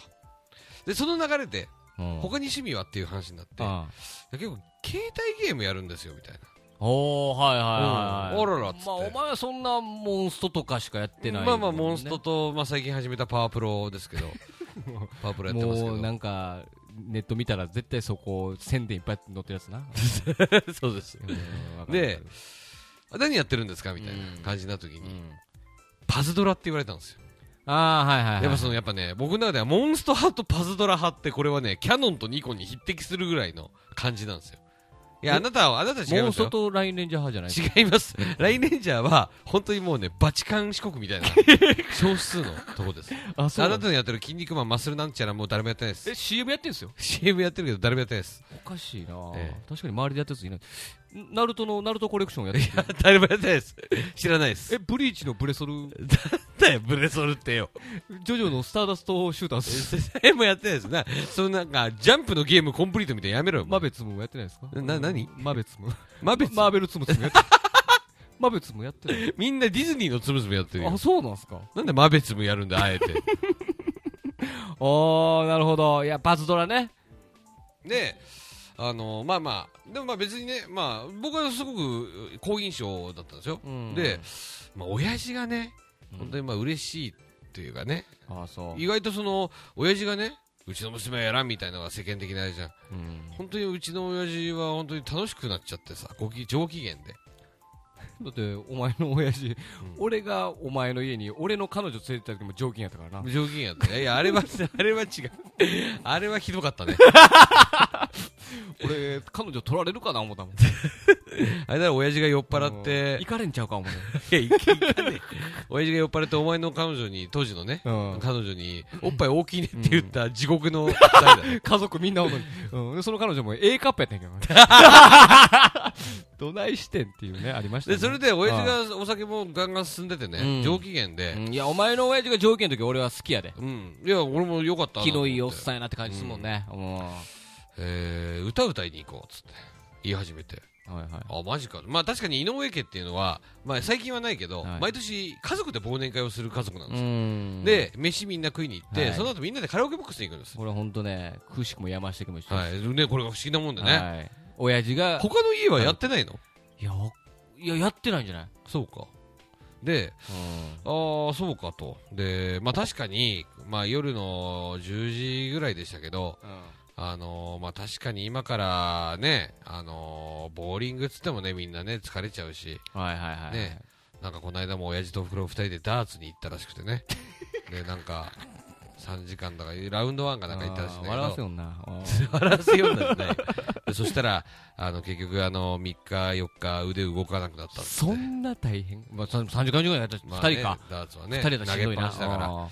B: でその流れで
A: うん
B: 他に趣味はっていう話になって
A: あ
B: 結構携帯ゲームやるんですよみたいな
A: あおー、はいはいはいはい。
B: うんおららっつって
A: まあお前はそんなモンストとかしかやってない、
B: まあまあモンストと、まあ、最近始めたパワープロです
A: [LAUGHS]
B: けどパワープロやってますけ
A: も
B: ど
A: うなんか、ネット見たら絶対そこ、宣伝いっぱい載ってるやつな。
B: [LAUGHS] そうです
A: うんわかる
B: であ何やってるんですかみたいな感じな時に、パズドラって言われたんですよ
A: ああ、はいはいはい。
B: やっぱそのやっぱね僕の中ではモンスト派とパズドラ派ってこれはねキャノンとニコンに匹敵するぐらいの感じなんですよいや
A: え
B: あなたはあなたは違い
A: モ
B: ま
A: ンス
B: すよ
A: トとラインレンジャー派じゃない
B: 違います
A: [LAUGHS]
B: ラインレンジャーは本当にもうねバチカン四国みたい
A: [LAUGHS]
B: な少数のとこです
A: あ、
B: あ
A: な
B: なんた
A: だ
B: のやってる「筋肉マンマッスルなんちゃら」もう誰もやってないです
A: え、CM やってんすよ。
B: CM やってるけど誰もやってないです
A: おかしいな
B: ええ
A: 確かに周りでやったやついない。んナルトの、ナルトコレクションやってる。
B: [LAUGHS] 誰もやってないです知らないです
A: え、ブリーチのブレソル、
B: だよブレソルってよ
A: ジョジョのスターダストシューターズ、
B: 誰もやってないですなそのなんかジャンプのゲームコンプリートみたいなやめろよ
A: マベツムもやってないですか
B: な何
A: マベツム。
B: マベ
A: マーベルツムツムやってない。マベツムやってない。
B: みんなディズニーのつぶつぶやってるよ
A: あ、そうなんすか
B: なんでマベツムやるんだあ [LAUGHS] えて
A: おー、なるほど。いや、パズドラね。
B: であのまあまあでもまあ別にねまあ僕はすごく好印象だったんですよ、
A: うん
B: で、まあ、親父がね
A: うん
B: 本当にまあ嬉しいっていうかね、
A: ああ、そう。
B: 意外とその親父がねうちの娘はやらんみたいなのが世間的なあれじゃん
A: うん
B: 本当にうちの親父は本当に楽しくなっちゃってさごき上機嫌で
A: だって、お前の親父、俺がお前の家に、俺の彼女連れてった時も上金やった [LAUGHS] からな。
B: 上機嫌やったねいやあれはあれは違うあれはひどかったね
A: 俺、彼女取られるかな思ったもん。
B: あれだろ親父が酔っ払っ
A: うん
B: て
A: 行かれんちゃうか思うね。
B: いやいけいかねえ [LAUGHS] 親父が酔っ払ってお前の彼女に当時のね
A: うん
B: 彼女におっぱい大きいねって言った地獄の誰だよ
A: 家族みんなほどに。うん。で、その彼女も A カップやったんやけどね。 [LAUGHS] どないしてんっていうね、ありましたね。
B: [LAUGHS] でそれで親父がお酒もガンガン進んでて
A: うん
B: ね上機嫌で
A: うんいや、お前の親父が上金の時俺は好きやで。
B: うんいや俺もよかったな
A: 気
B: と思っ
A: の
B: て
A: いいおっさんやなって感じするもんね。うん。は
B: えー歌歌いに行こうっつって言い始めて
A: いはい。
B: あマジかまあ確かに井上家っていうのは、まあ、最近はないけど、
A: はい
B: 毎年家族で忘年会をする家族なんですよ、
A: ん
B: で飯みんな食いに行って、
A: はい
B: その後みんなでカラオケボックスに行くんです、
A: これほんとね、くしくも山下君も一緒
B: はいね、これが不思議なもんでね、
A: はい。親父が、
B: 他の家はやってないの、
A: いや、いや、やってないんじゃない
B: そうかでああそうかとで、まあ、確かに、まあ、夜の10時ぐらいでしたけど、
A: うん。
B: あのーまあ、確かに今からね、あのーボーリングっつってもねみんなね疲れちゃうし
A: はいはいはい。
B: ねなんかこの間も親父とおふくろ二人でダーツに行ったらしくてねでなんか3時間だかラウンドワンかなんか行ったらしいんだけど
A: あー笑わせよんな。あ
B: [LAUGHS]
A: ー
B: 笑わせようになってないでそしたらあの結局あの3日4日腕動かなくなったって
A: そんな大変。まあ、さ3時間ぐらいやったら
B: まあ
A: 2人か。
B: ね、ダーツは
A: 2
B: ね
A: 人だと
B: 投
A: し
B: げ
A: んど
B: っ
A: い
B: ぱ
A: な。
B: なしだから
A: あー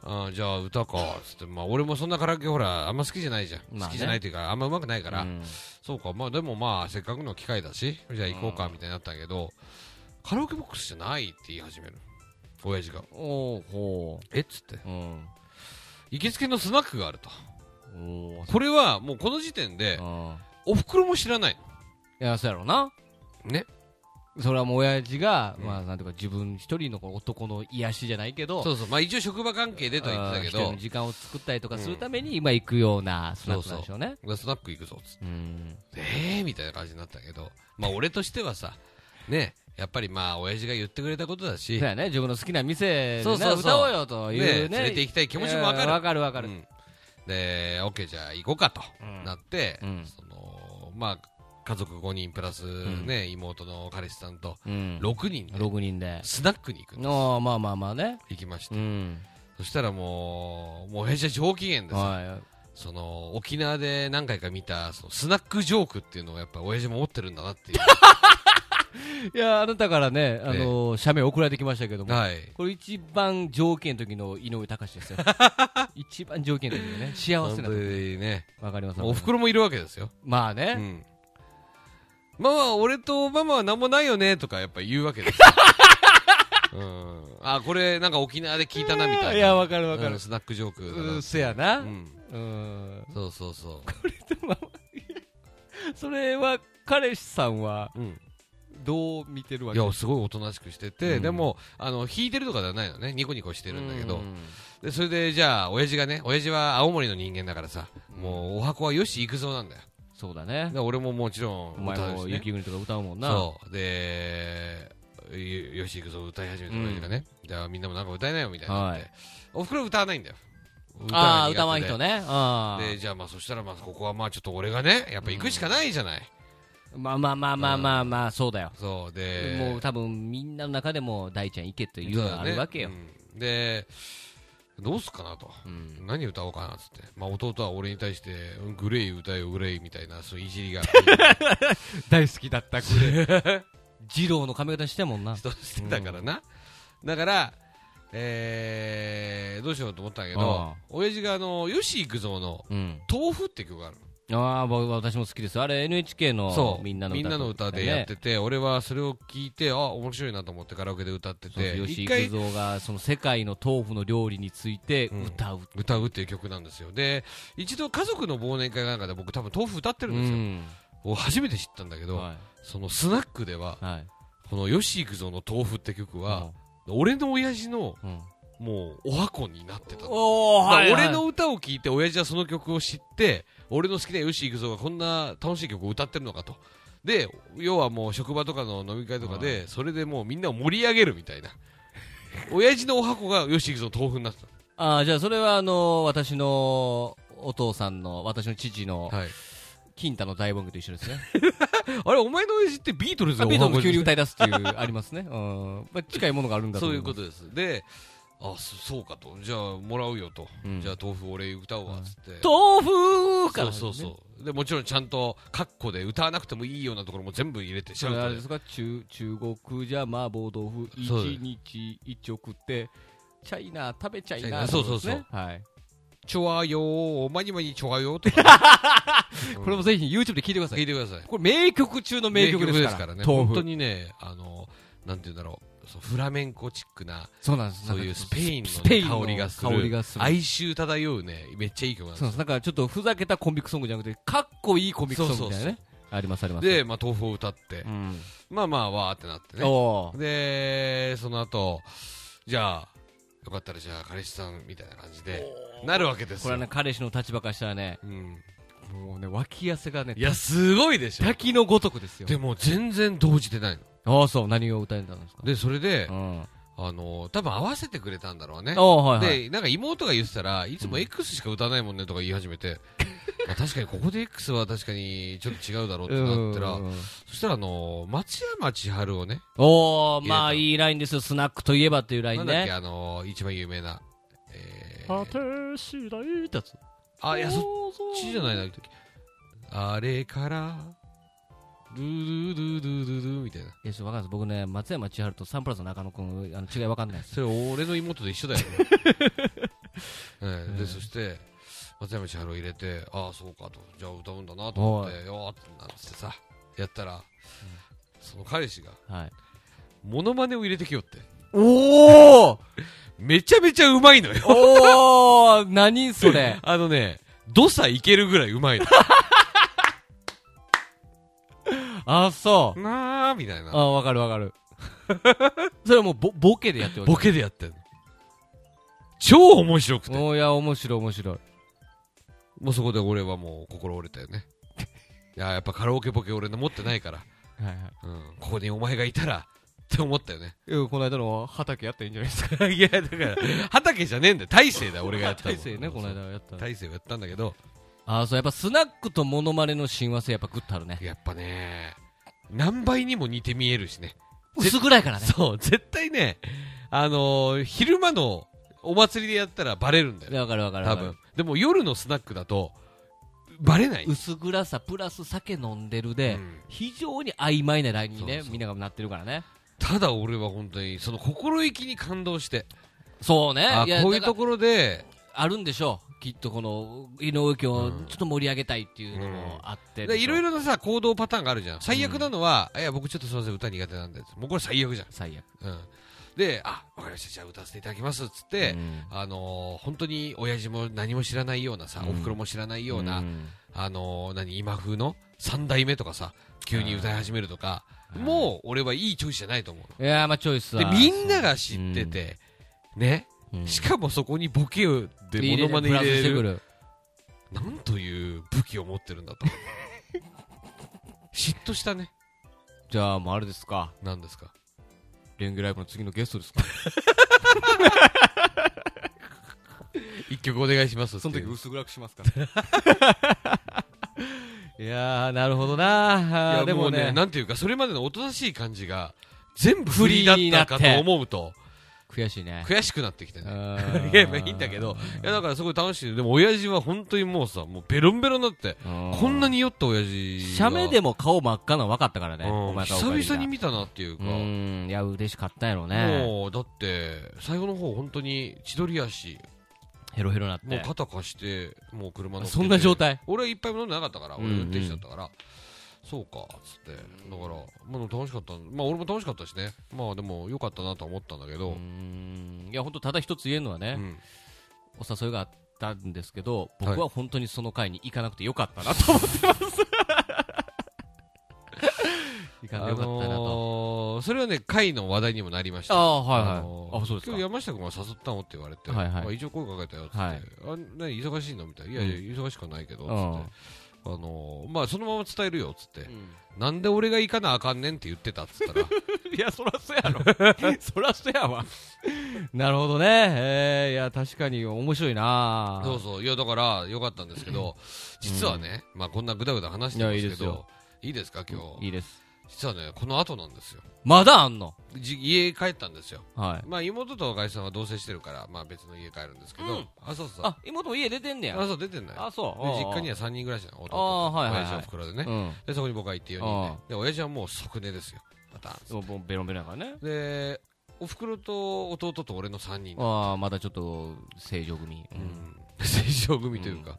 B: あじゃあ歌かっつって、まあ、俺もそんなカラオケほらあんま好きじゃないじゃん、
A: まあね
B: 好きじゃないというかあんま上手くないから、
A: うん
B: そうかまあでもまあせっかくの機会だしじゃあ行こうかみたいになったけど、カラオケボックスじゃないって言い始める親父が
A: おおほ
B: えっつって
A: う。うん。
B: 行きつけのスナックがあると
A: おお。
B: これはもうこの時点で
A: うん
B: おふくろも知らない
A: いや、そうやろうな。
B: ね
A: それはもう親父が、
B: うん
A: まあ、なんていうか、自分一人のこう男の癒しじゃないけど、
B: そうそうまあ一応職場関係でとは言ってたけ
A: あー一
B: ど
A: 人の時間を作ったりとかするために、今行くようなスナックなんでしょうね。
B: 俺スナック行くぞっつって
A: うん。
B: えーみたいな感じになったけどまあ俺としてはさ [LAUGHS] ねやっぱりまあ親父が言ってくれたことだし
A: そうやね、自分の好きな店でね
B: そうそうそう
A: 歌おうよというね。
B: ね連れて行きたい気持ちもわかる
A: えーわかるわか
B: う
A: る。
B: んでオッケーじゃあ行こうかと
A: うん
B: なって、
A: うん
B: そのまあ家族5人プラスね、妹の彼氏さんと
A: うん。
B: 6人で
A: 6人で。
B: スナックに行くんです
A: ああ、まあまあまあね。
B: 行きまして、
A: うん。
B: そしたらもうもう親父は上機嫌ですよ
A: は
B: その沖縄で何回か見たそのスナックジョークっていうのをやっぱ親父も持ってるんだなっていう
A: [LAUGHS] い。いや、あなたからね、あのー、写メ送られてきましたけども。
B: はい
A: これ一番条件の時の井上隆です
B: [LAUGHS]
A: よ。一番条件の時のね、幸
B: 本
A: せな
B: 当
A: 時。
B: にね
A: わかります
B: おふくろもいるわけですよ、
A: まあ
B: う
A: ね。
B: ん、ママ、俺とママは何もないよねとかやっぱ言うわけ [LAUGHS] ですよ。うん、あこれなんか沖縄で聞いたなみたいな。
A: いやわかるわかる
B: うんスナックジョークだな。
A: うんせやな
B: うん。
A: うん
B: そうそうそ
A: それは彼氏さんは
B: う。うん。
A: どう見てるわ
B: い
A: け
B: や、すごいおとなしくしてて、
A: うん
B: でも、あの、弾いてるとかではないのね。ニコニコして
A: て
B: るんだけど。で、それで、じゃあ、親父がね、親父は青森の人間だからさ、もう、お箱はよし行くぞなんだよ。
A: そうだね
B: で、俺ももちろん、
A: お前
B: 歌うし
A: も
B: ね
A: 雪国とか歌うもんな
B: そうでよよし行くぞ歌い始めた親父がね、じゃあみんなもなんか歌えないよみたいになって、
A: はい
B: おふくろ歌わないんだよ
A: ああ
B: が苦手で
A: 歌わん人ねあ
B: でじゃあまあそしたらまあここはまあちょっと俺がねやっぱ行くしかないじゃない、
A: あまあまあまあまあまあまあそうだよ
B: そうで
A: もう多分みんなの中でも大ちゃん行けというのがあるわけよ
B: そうだねうんでどうすっかなと、
A: うん
B: 何歌おうかなっつって、まあ、弟は俺に対してうんグレイ歌えよグレイみたいなそういういじりが
A: 大好きだったこれ二郎の髪型してもんな
B: [LAUGHS] 人してたからな、だから、えーどうしようと思ったんだけど
A: ああ
B: 親父があのよし行くぞの
A: うん
B: 「豆腐」って曲がある
A: ああ僕私も好きですあれ NHK のみんなの歌
B: みんなの歌でやってて、俺はそれを聞いてあ面白いなと思ってカラオケで歌って
A: そう
B: て
A: そう吉
B: 一
A: 幾
B: 回
A: 三がその世界の豆腐の料理について歌う、
B: 歌うっていう曲なんですよで一度家族の忘年会なんかで僕多分豆腐歌って
A: う
B: る
A: ん
B: んですよ、を初めて知ったんだけど、
A: は
B: そのスナックではい
A: はい
B: この「よし行くぞ」の豆腐って曲は、俺の親父の
A: うんうん
B: もうお箱になってたの
A: おー
B: まあ
A: はいはい
B: 俺の歌を聴いて親父はその曲を知って俺の好きな吉幾三がこんな楽しい曲を歌ってるのかとで要はもう職場とかの飲み会とかでそれでもうみんなを盛り上げるみたいな親父のお箱が吉幾三の豆腐になって
A: ああじゃあそれはあのー私のお父さんの私の父の
B: た、はい、
A: 金太の大文具と一緒ですね
B: あれお前の親父ってビートルズ
A: あ
B: のお
A: ビートル
B: 箱
A: ズ急に歌い出すっていうありますね、うんまあ、近いものがあるんだと
B: そう
A: 思
B: いうこととですであそそうかとじゃあもらうよと、
A: うん
B: じゃあ豆腐俺歌うわっつって、
A: 豆腐から、
B: そうそうそうでもちろんちゃんとカッコで歌わなくてもいいようなところも全部入れてシ
A: そ
B: ャウ
A: れあ
B: ト
A: れ
B: で
A: ですか中中国じゃ麻婆豆腐一
B: そうです
A: 日一食ってチャイナ食べちゃい
B: チャイ
A: な
B: ナそうそうそう
A: ってことですねはい
B: ちょわよー、まにまにちょわよーとか、うん
A: これもぜひ YouTube で聞いてくださ
B: 聞
A: い
B: いてください。
A: これ名曲中の名曲ですから
B: ね。
A: 豆
B: 本当
A: 腐
B: にね、あの、なんて言うんだろう、そうフラメンコチックな、
A: そうなんです
B: そういうスペイン
A: スペイン
B: の
A: の
B: ね香りがする。
A: 香りがする
B: 哀愁漂うね、めっちゃいい曲なんです
A: そう
B: よ
A: ですなんかちょっとふざけたコンビクソングじゃなくてかっこいいコンビクソングみたいなね
B: そう
A: ありますあります
B: で、まあ、豆腐を歌って
A: う、ん、
B: まあまあ、わーってなってね。
A: おー
B: で、その後、じゃあ、よかったらじゃあ、彼氏さんみたいな感じで、なるわけです
A: これ
B: よ。
A: はね彼氏の立場からしたらね
B: うん。
A: もうね脇汗がね
B: いや、すごいでしょ。
A: 滝のごとくですよ
B: でも、全然動じてないの。
A: ああそう何を歌えたんですか
B: で、それで、
A: うん
B: あの多分合わせてくれたんだろうね。
A: ああはいはい
B: で、なんか妹が言ってたら、いつも X しか歌わないもんねとか言い始
A: [LAUGHS]
B: めて、まあ確かにここで X は確かにちょっと違うだろうってなったら、そしたらあの、松山千春をね、
A: おおまあいいラインですよスナックといえばっていうライ
B: な
A: ン
B: んだっけ、
A: ね
B: あの、一番有名な、え
A: 果
B: ー、
A: て次第ってやつ
B: あ、いや、そっ
A: そ
B: ちじゃないな、あれから、ドゥドゥドゥドゥドゥみたいな。
A: いやちょっとわかんないです僕ね松山千春とサンプラザ中野くんあの違いわかんないです
B: それ俺の妹と
A: [LAUGHS]
B: 一緒だよ、うんでそして松山千春を入れてああそうかとじゃあ歌うんだなと思ってよーってなってさやったら、その彼氏が
A: はい
B: モノマネを入れてきよって
A: おお
B: [LAUGHS] めちゃめちゃうまいのよ
A: おお何そ [LAUGHS] れ
B: [LAUGHS] あのねドサいけるぐらいうま
A: [LAUGHS]
B: いの
A: あそう
B: なあみたい
A: あ
B: な
A: あわかるわかる [LAUGHS] それはもうボボケでやってるわけ
B: ボケでやってんの超面白くて
A: おーいや面白い面白い
B: もうそこで俺はもう心折れた
A: [LAUGHS]
B: よねいややっぱカラオケボケ俺の持ってないから、
A: はいはい
B: うん、ここにお前がいたらって思ったよね [LAUGHS]
A: いやこの間の畑やったらいいんじゃないですか
B: いや、だから、畑じゃねえんだよ。大勢だよ、俺がやったの
A: 大勢ねこの間。やった
B: 大勢をやったんだけど、
A: ああそうやっぱスナックとモノマネの親和性やっぱグッとあるね
B: やっぱね、何倍にも似て見えるしね。
A: 薄ぐらいからね
B: そう、絶対ね、あのー、昼間のお祭りでやったらバレるんだよ
A: い。やわかるわかる
B: 多
A: わかる
B: 分。でも夜のスナックだと、バレない。
A: 薄暗さプラス酒飲んでる
B: う
A: で、
B: ん
A: 非常に曖昧なラインにね
B: そうそう
A: みんながなってるからね
B: ただ俺は本当に、その心意気に感動して、
A: そうね
B: あ
A: や
B: こういう
A: なんか
B: ところで、
A: あるんでしょう、きっとこの井上家をちょっと盛り上げたいっていうのもあって、
B: でいろい
A: ろ
B: ろなさ行動パターンがあるじゃん最悪なのは、いや僕ちょっとすみません歌苦手なんでもうこれ最悪じゃん、
A: 最悪、
B: うん、であわかりましたじゃあ歌わせていただきますっつって、
A: うん
B: あのー本当に親父も何も知らないようなさ、おふくろも知らないような、
A: ん
B: あのー何今風の3代目とかさ急に歌い始めるとか、
A: うん
B: もう俺はいいチョイスじゃないと思う
A: いやーまあチョイス
B: で
A: は
B: みんなが知ってて、ね
A: うん
B: しかもそこにボケをで
A: いい
B: モノマネ入れ
A: プ
B: る
A: ラスして
B: なんという武器を持ってるんだと [LAUGHS] 嫉妬したね
A: くるじゃあもうあれですか
B: なんですか
A: レンゲライブの次のゲストですか
B: 一曲お願いします
A: [LAUGHS] その時
B: っていう
A: 薄暗くしますから [LAUGHS] いやーなるほどないあ
B: や
A: ーで
B: も
A: も
B: う
A: ね
B: ねなんていうかそれまでのおとなしい感じが全部フリーだったかと思うと
A: 悔しいね
B: 悔しくなってきてね
A: あー
B: [LAUGHS] いやまあいいんだけどいやだからすごい楽しいでも親父は本当にもうさもうベロンベロンだってこんな
A: に
B: に酔った親父が
A: 写メでも顔真っ赤なの分かったからね
B: うん
A: お前さおかげ
B: 久
A: さ
B: 々に見たなっていう
A: う
B: か
A: ーんいや嬉しかったんやろうね
B: もうだって最後の方本当に千鳥足
A: ヘロヘロなっ
B: もう
A: て
B: 肩貸してもう車乗ってて
A: そんな状態
B: 俺はいっぱい飲んでなかったから俺
A: うんうん
B: 運転手だったからそうかっつってだからまあ楽しかったまあ俺も楽しかったしねまあでも良かったなとは思ったんだけ
A: う
B: ど
A: ーんいや本当ただ一つ言えるのは
B: う
A: ね
B: ん
A: お誘いがあったんですけど
B: はい
A: 僕は本当にその会に行かなくてよかったなと思って [LAUGHS] ます行かなくてよかったなと
B: のーそれはね会の話題にもなりまし
A: あ
B: た
A: あはい
B: あの
A: はい
B: ー
A: あそうです
B: 今
A: か
B: 日山下君は誘ったのって言われて、
A: はいはい
B: まあ、一応声かけたよっつって、
A: はい
B: あ何忙しいのみたいな、いやいや、忙しくはないけどっつ
A: うん
B: って、あのーまあ、そのまま伝えるよっつって、なんで俺が行かなあかんねんって言ってたっつったら、
A: [LAUGHS] いや、そらそやろ。 [LAUGHS] そらそやわ。なるほどね。えーいや、確かに面白いな
B: そうそう、いや、だから、よかったんですけど、実はね、まあ、こんなぐだぐだ話してます
A: いやいい
B: け
A: です
B: ど
A: よ、
B: いいですか、今日。
A: いいです。
B: 実はね、この後なんですよ。
A: まだあんの
B: じ家帰ったんですよ。
A: はい。
B: まあ、妹と赤井さんは同棲してるから、まあ、別の家帰るんですけど、
A: うん
B: あ、そうそう。あ、
A: あ、妹も家出てんねや。
B: そう、出てんない。
A: あ、そう。
B: で実家に
A: は。
B: は3人暮らしなの、弟
A: ああ
B: と、
A: はいはいはい
B: 親父おふくろでね。
A: うん。
B: で、そこに僕が行って4人で。で、親父はもう即寝ですよ。パターンです
A: もうもうベロンベロンやからね。
B: で、おふくろと弟と俺の3人で
A: ああ、まだちょっと正常組。う
B: うんん [LAUGHS] 正常組というか、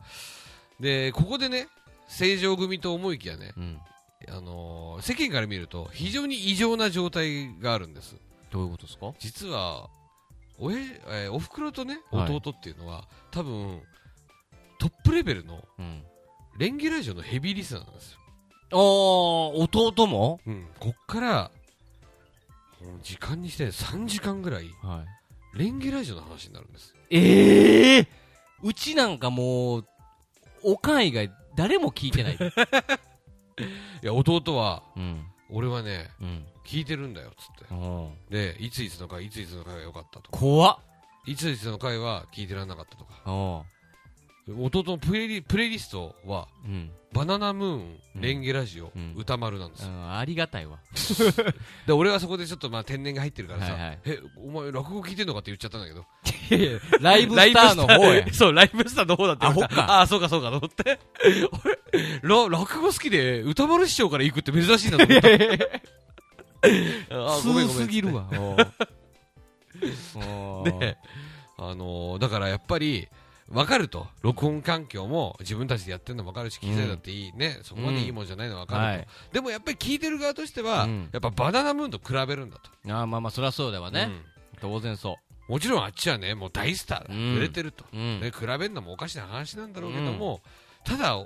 B: でここでね正常組と思いきやね、
A: うん。
B: あのー世間から見ると非常に異常な状態があるんです
A: どういうことですか
B: 実はおやえーおふくろとね
A: はい
B: 弟っていうのは、多分トップレベルの
A: うん。
B: レンゲラジオのヘビーリスナーなんですよ、
A: ああ、弟も
B: うん、こっからもう時間にして3時間ぐらい
A: はい。
B: レンゲラジオの話になるんです
A: ええうちなんかもう、おかん以外誰も聞いてない。
B: いや弟は
A: [LAUGHS] うん。
B: 俺はね
A: うん。
B: 聞いてるんだよっつって
A: うん
B: でいついつの回いついつの回が良かったとか
A: 怖っ。
B: いついつの回は聞いてらんなかったとか
A: うん。
B: 弟のプレイリプレイリストは
A: うん、
B: バナナムーン、
A: うん
B: レンゲラジオ、
A: うん
B: 歌丸なんですよ、
A: ありがたいわ。
B: で俺はそこでちょっとまあ天然が入ってるからさ、
A: はいはい
B: えお前落語聞いてんのかって言っちゃったんだけど
A: ライブスターの方や。
B: そうライブスターの方だって
A: アホか
B: ああそうかそうかと思って俺ら落語好きで歌丸師匠から行くって珍しいなと思ったあーごめんごめん
A: すぎるわ。
B: で、あのーだからやっぱり、分かると、録音環境も自分たちでやってるの分かるし、機材だっていいね、そこまでいいもんじゃないの分かると、
A: はい。
B: でもやっぱり聞いてる側としては、
A: うん
B: やっぱバナナムーンと比べるんだと、
A: あーまあまあ、そりゃそうだわね。当然そ
B: うんもちろんあっちはね、もう大スターだ、
A: うん
B: 売れてると、
A: う。うん。
B: ね、比べるのもおかしな話なんだろうけども、ただ、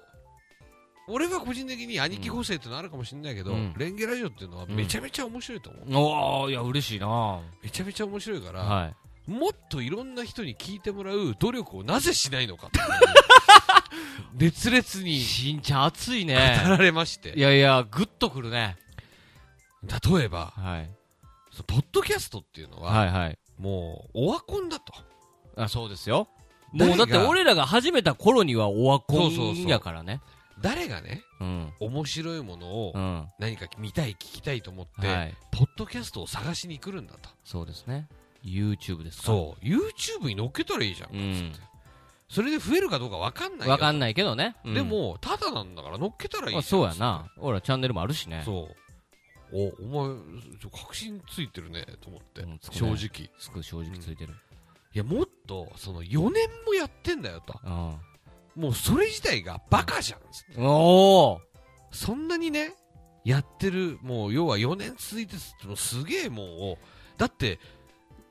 B: 俺は個人的に兄貴補正ってのあるかもしれないけど、
A: うん
B: レンゲラジオっていうのはめちゃめちゃ面白いと思う、
A: おー、いや、嬉しいな
B: めちゃめちゃ面白いから、
A: は
B: もっといろんな人に聞いてもらう努力をなぜしないのかっ
A: [LAUGHS]
B: ていう熱烈
A: い。
B: に
A: しんちゃん熱い
B: 語
A: ね。
B: られまして、
A: いやいや、グッとくるね。
B: 例えば、
A: はい。
B: そのポッドキャストっていうのは、
A: はいはい。
B: もう、オワコンだと。
A: あ、そうですよ。
B: 誰
A: もうだ
B: が
A: って俺らが始めた頃にはオワコ
B: そうそうそ
A: ン
B: う
A: やからね。
B: 誰がね、
A: うん。
B: 面白いものを
A: うん。
B: 何か見たい、聞きたいと思って、
A: はい。
B: ポッドキャストを探しに来るんだと。
A: そうですね。YouTube ですから。
B: そう、YouTube に乗っけたらいいじゃん。
A: うん。
B: それで増えるかどうかわかんないよ
A: わかんないけどね。うん
B: でも、ただなんだから乗っけたらいいじゃ
A: ま
B: ん。
A: あ、そうやな。俺らチャンネルもあるしね。
B: そう。お、お前、ちょ確信ついてるね、と思って
A: うんつく。ね
B: 正直。
A: すごい正直ついてる。
B: いやもっとその4年もやってんだよと
A: うん。
B: もうそれ自体がバカじゃんつって
A: おー
B: そんなにねやってるもう要は4年続いてすもうすげえもうだって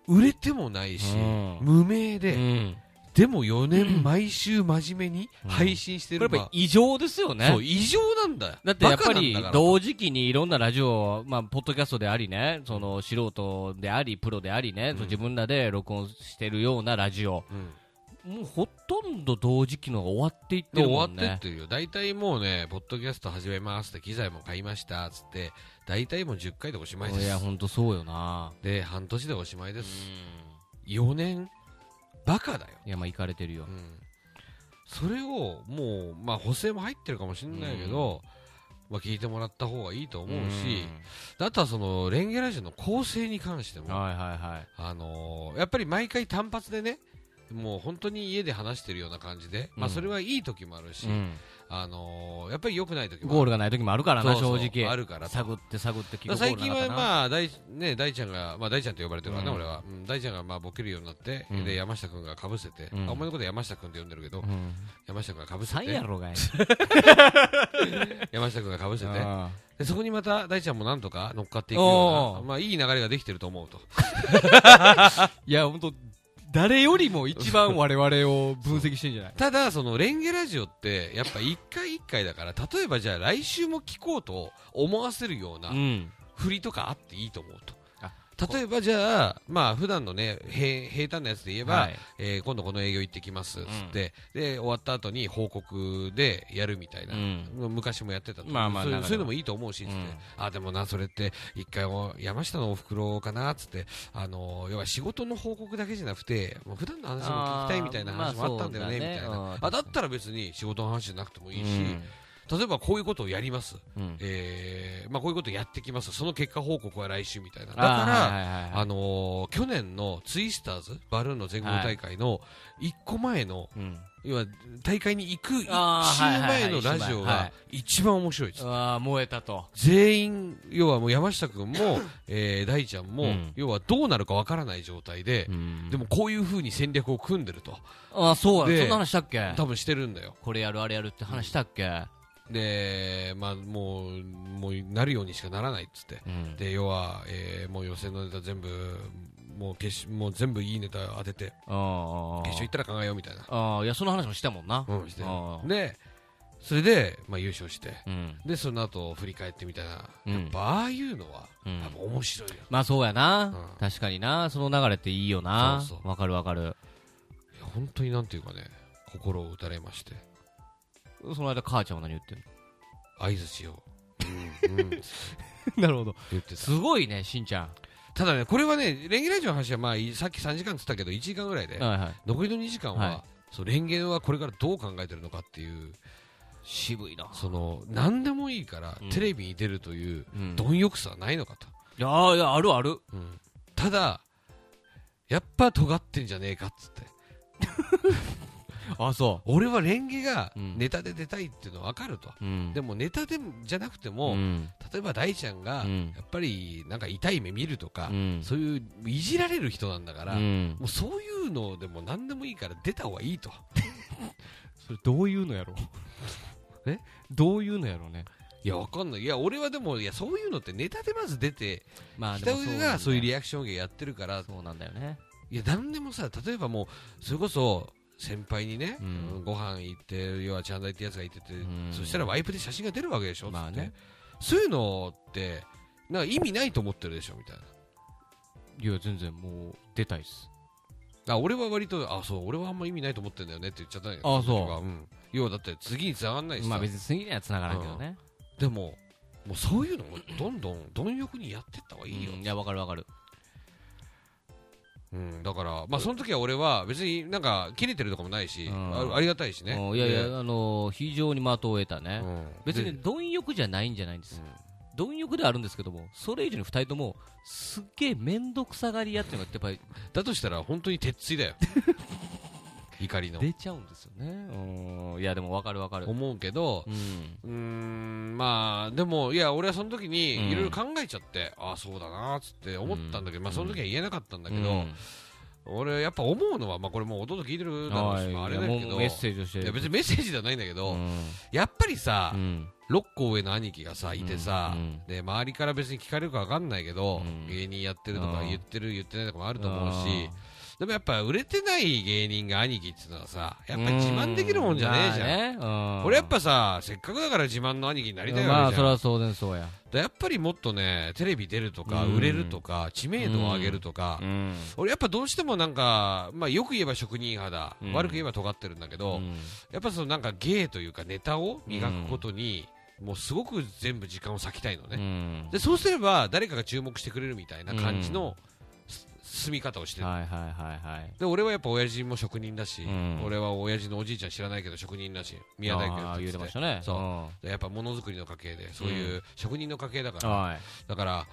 B: 売れてもないし、
A: うん
B: 無名で、
A: うん。
B: でも4年毎週真面目に
A: うん
B: 配信して
A: これ
B: る、
A: やっぱ異常ですよね。
B: そう異常なんだよ
A: だってやっぱり
B: バカなんだから
A: 同時期にいろんなラジオ、まあ、ポッドキャストでありね、その素人であり、プロでありね、
B: ん
A: その自分らで録音してるようなラジオ、
B: うん
A: もうほとんど同時期のが終わっていって
B: で
A: る
B: 終
A: も
B: わっ
A: ん
B: てっ
A: ね。
B: てるよ大体もうねポッドキャスト始めますって機材も買いましたっつって大体もう10回でおしまいで
A: いや、
B: す
A: ほんとそうよな。
B: で半年でおしまい
A: うん
B: で。す4年バカだよ、
A: いや、まあ、行かれてるよ
B: う。ん、それをもうまあ補正も入ってるかもしれないけど、まあ、聞いてもらった方がいいと思うし、あとはそのレンゲラジオの構成に関して
A: うん、
B: も
A: はいはいはい。
B: あのーやっぱり毎回単発でねもう本当に家で話してるような感じで、まあ、
A: うん
B: それはいい時もあるし、
A: うん
B: あのーやっぱり良くない時も
A: ゴールがない時もあるからな、
B: そうそう
A: 正直。
B: あるから
A: 探って探って聞
B: まあ
A: くゴー
B: 最
A: ルな
B: 近
A: かった
B: は
A: な、
B: まあ大,、ね、大ちゃんが、まあ、大ちゃんと呼ばれてるからね、
A: うん
B: 俺は、うん、大ちゃんがまあボケるようになって、
A: うん
B: で山下君がかぶせて、
A: うん
B: あお前のこと山下君って呼んでるけど、
A: うん、
B: 山下君がかぶせ
A: 3や
B: て
A: ろがい。
B: 山下君がかぶせて [LAUGHS]
A: あ
B: でそこにまた大ちゃんもなんとか乗っかっていくよう
A: おう
B: な、まあ、いい流れができてると思うと
A: ーいや、ほんと、誰よりも一番我々を分析してんじゃない
B: ただそのレンゲラジオってやっぱ一回一回だから例えばじゃあ来週も聞こうと思わせるような
A: うん。
B: 振りとかあっていいと思うと
A: あ
B: 例えばじゃあまあ普段のね平平坦なやつで言えば、
A: はい
B: えー今度この営業行ってきますっつって、で終わった後に報告でやるみたいな、
A: う
B: 昔もやってたと
A: まあまあ
B: そう
A: 流
B: い
A: れ
B: う
A: は
B: そういうのもいいと思うし、つって
A: うん
B: あでもなそれって一回も山下のお袋かなっつってあの要は仕事の報告だけじゃなくてもう普段の話も聞きたいみたいな話もあったんだよ
A: あーま
B: ね
A: あ
B: みたい
A: そうだね
B: な
A: うん
B: あだったら別に仕事の話じゃなくてもいいし、
A: うん
B: 例えばこういうことをやります、
A: うん
B: えーまあ、こういうことやってきますその結果報告は来週みたいなだ
A: だ
B: から、あのー去年のツイスターズバルーンの全国大会の1個前の、要は大会に行く1週
A: あーはいはいはい
B: 前のラジオ
A: は
B: が
A: い
B: 一番面白いです、
A: ああ燃えたと
B: 全員要はもう山下君
A: [LAUGHS]
B: も、えー大ちゃんも、
A: うん
B: 要はどうなるかわからない状態で、でもこういうふうに戦略を組んでると
A: ああそうだ
B: で
A: そんな話したっけ
B: 多分してるんだよ
A: これやるあれやるって話したっけ
B: で、まあ、もうもうなるようにしかならないっつって
A: うん
B: で要は、えーもう予選のネタ全部もう決しもう全部いいネタ当てて
A: ああ
B: 決勝行ったら考えようみたいな
A: ああいやその話もしたもんな
B: うんして
A: ああ
B: でそれで、まあ、優勝して
A: うん
B: でその後振り返ってみたいな、
A: うん
B: やっぱああいうのは、
A: うん
B: やっぱ面白いよ
A: まあそうやな
B: うん
A: 確かになその流れっていいよな
B: そうそう
A: わかるわかる
B: いや本当になんていうかね心を打たれまして
A: その間母ちゃんは何言ってる
B: 相づちを、うんうん、 [LAUGHS]
A: なるほど
B: 言ってた
A: すごいねしんちゃん
B: ただねこれはねレンゲラジオの話は、まあ、いさっき3時間っつったけど1時間ぐらいで、
A: はいはい
B: 残りの2時間は、
A: はい
B: そうレンゲはこれからどう考えてるのかっていう
A: 渋いな
B: その何でもいいから、
A: うん
B: テレビに出るという
A: うん
B: 貪欲さはないのかと、
A: いやいやあるある
B: うんただやっぱ尖ってんじゃねえかっつって
A: あそ
B: 俺はレンゲが
A: うん
B: ネタで出たいっていうのは分かると、
A: ううん
B: でもネタでもじゃなくても、
A: うん
B: 例えば大ちゃんが、
A: うん
B: やっぱりなんか痛い目見るとか、
A: うん
B: そういういじられる人なんだから、
A: うん
B: もうそういうのでも何でもいいから出た方がいいと
A: それどういうのやろえどういうのやろうね
B: いやわかんないいや俺はでもいやそういうのってネタでまず出て
A: まあ
B: 北上がそういうリ
A: ア
B: アクション芸やってるから
A: そうなんだよね
B: いや何でもさ例えばもうそれこそ先輩にね、
A: うん
B: ご飯行って要はチャンダイってやつがいてて、
A: ん
B: そしたらワイプで写真が出るわけでしょ、
A: まあね
B: つってそういうのってなんか意味ないと思ってるでしょみたい
A: いや全然もう出たいっす
B: なあ俺は割とあそう俺はあんま意味ないと思ってんだよねって言っちゃったんだけど
A: あそう
B: の時はん要はだって次につながんないしさ、
A: まあ別に次には繋がらんけどね
B: でももうそういうのもどんどん貪欲にやってった方がいいよ、
A: うんいやわかるわかる
B: うん、だから、まあ、その時は俺は別になんか切れてるとかもないし、
A: うん
B: あありがたいしね
A: うんいやいやあのー非常に的を得た
B: で
A: ね
B: うん
A: 別
B: で
A: に貪欲じゃないんじゃないんです貪欲ではあるんですけどもそれ以上に二人ともすっげえ面倒くさがり屋っていうのがやっぱり
B: だとしたら本当に鉄槌だ
A: [LAUGHS]
B: よ怒りの
A: 出ちゃうんですよねうんいやでもわかるわかる
B: 思うけど
A: うん
B: うーんまあでもいや俺はその時
A: うん
B: にいろいろ考えちゃって、ああそうだなーっつって思ったんだけど、まあその時は言えなかったんだけど、
A: うん
B: 俺やっぱ思うのは、まあ、これもう弟聞いてるだろうし、まあ、あれだけ
A: いや
B: ど
A: もうメッセージをして
B: いや別にメッセージじゃないんだけど、
A: うん
B: やっぱりさ
A: う、ん
B: 六6個上の兄貴がさいてさ、
A: うん
B: で周りから別に聞かれるか分かんないけど、
A: うん
B: 芸人やってると
A: あ
B: か
A: ー
B: 言ってる言ってないとかもあると思うしでもやっぱ売れてない芸人が兄貴っていうのはさやっぱり自慢できるもんじゃねえじゃん、
A: ん、まあね
B: 俺やっぱさせっかくだから自慢の兄貴になりたい
A: ま
B: わ
A: あ
B: けじ
A: そ
B: ゃん、
A: りゃそうでそうや
B: でやっぱりもっとねテレビ出るとか
A: うん
B: 売れるとか知名度を上げるとか、
A: ん
B: 俺やっぱどうしてもなんか、まあ、よく言えば職人肌、
A: うん
B: 悪く言えば尖ってるんだけど、やっぱそのなんか芸というかネタを磨くことに、もうすごく全部時間を割きたいの
A: う
B: ね、
A: ん
B: でそうすれば誰かが注目してくれるみたいな感じの、す進み方をしてる、
A: はいはいはいはい
B: で俺はやっぱ親父も職人だし、
A: うん
B: 俺は親父のおじいちゃん知らないけど職人だし宮台家
A: ああ言うてましたね
B: そうんやっぱものづくりの家系でそういうう職人の家系だから、
A: はい
B: だから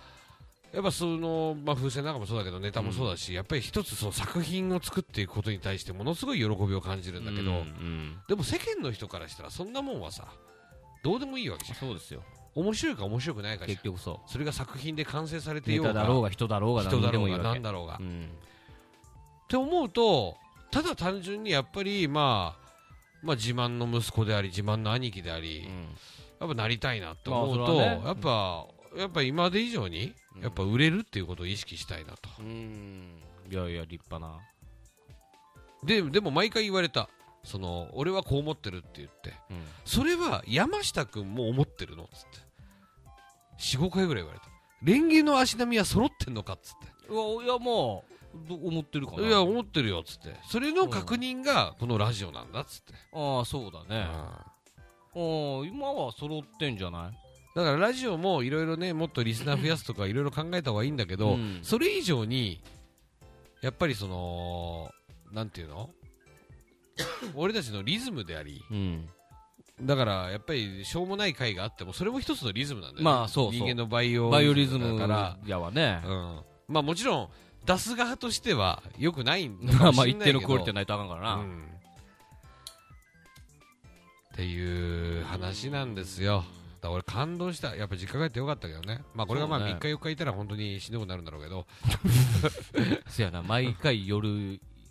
B: やっぱその、まあ、風船なんかもそうだけどネタもそうだし、やっぱり一つその作品を作っていくことに対してものすごい喜びを感じるんだけど、
A: うんうん
B: でも世間の人からしたらそんなもんはさどうでもいいわけじゃん
A: そうですよ
B: 面白いか面白くないかじゃん
A: 結局そ
B: それが作品で完成され
A: う
B: て
A: ネ
B: よう
A: タ
B: が
A: だろうが人だろうが
B: 人
A: 何
B: だ
A: で
B: ろ
A: も
B: う
A: いいわ
B: が
A: け
B: 何だろうが、
A: う
B: っ
A: ん
B: て思うとただ単純にやっぱりまあまあ、自慢の息子であり自慢の兄貴であり、
A: うん
B: やっぱなりたいなと思う
A: まあそ
B: と、
A: れはね
B: やっぱ、やっぱ今まで以上に、やっぱ売れるっていうことを意識したいなと。
A: うんいやいや立派な
B: で、でも毎回言われた。その、俺はこう思ってるって言って。
A: うん
B: それは山下くんも思ってるのつって。4、5回ぐらい言われた。レンゲの足並みは揃ってんのかつって。
A: いやいやもうど思ってるかない
B: や、思ってるよ、つって。それの確認が、このラジオなんだ、つって。
A: ああそうだ
B: うん
A: ねうん今は揃ってんじゃない
B: だからラジオもいろいろね、もっとリスナー増やすとかいろいろ考えた方がいいんだけど、
A: うん
B: それ以上に、やっぱりその、なんていうの俺たちのリズムであり、
A: うん
B: だからやっぱりしょうもない回があっても、それも一つのリズムなんだよね。
A: まあそうそう
B: 人間のバイオ
A: バイオリズム
B: だから、
A: やわね
B: うん。まあもちろん、出す側としては良くないんだ
A: ま
B: か
A: あ
B: も
A: まあ
B: し
A: 一
B: んな
A: 定
B: いけど
A: のクオリティないとあかんから
B: う
A: なん
B: っていう話なんですよ。だから俺感動した。やっぱ実家帰ってよかったけどね。まあこれがまあ
A: そうね
B: 3日4日いたら本当に死ぬことになるんだろうけど。
A: せやな毎回夜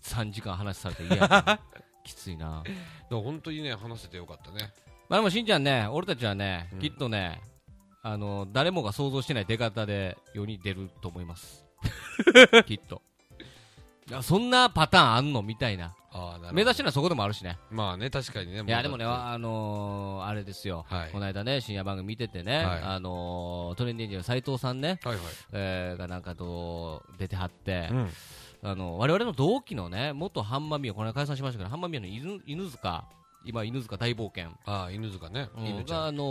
A: 3時間話されて嫌やな
B: [LAUGHS]
A: きついな
B: でも本当にね、話せてよかったね。
A: まあでもしんちゃんね俺たちはね
B: うん
A: きっとねあの誰もが想像してない出方で世に出ると思います
B: [LAUGHS]
A: きっといやそんなパターンあんのみたいな
B: ああ、なるほど
A: 目指してるのはそこでもあるしね
B: まあね、確かにね。
A: いやでもね、
B: うだって
A: あのーあれですよ、
B: はい
A: この間ね、深夜番組見ててね、
B: はい
A: あのートレンディエンジェルの斎藤さんね、
B: はい
A: えーがなんかと出てはって、
B: はい。
A: あの我々の同期のね、元ハンマミヤ、この間解散しましたけど、ハンマミヤの犬犬塚、今、犬塚大冒険、
B: ああ、犬塚ね。犬ち
A: が、
B: ゃ
A: あの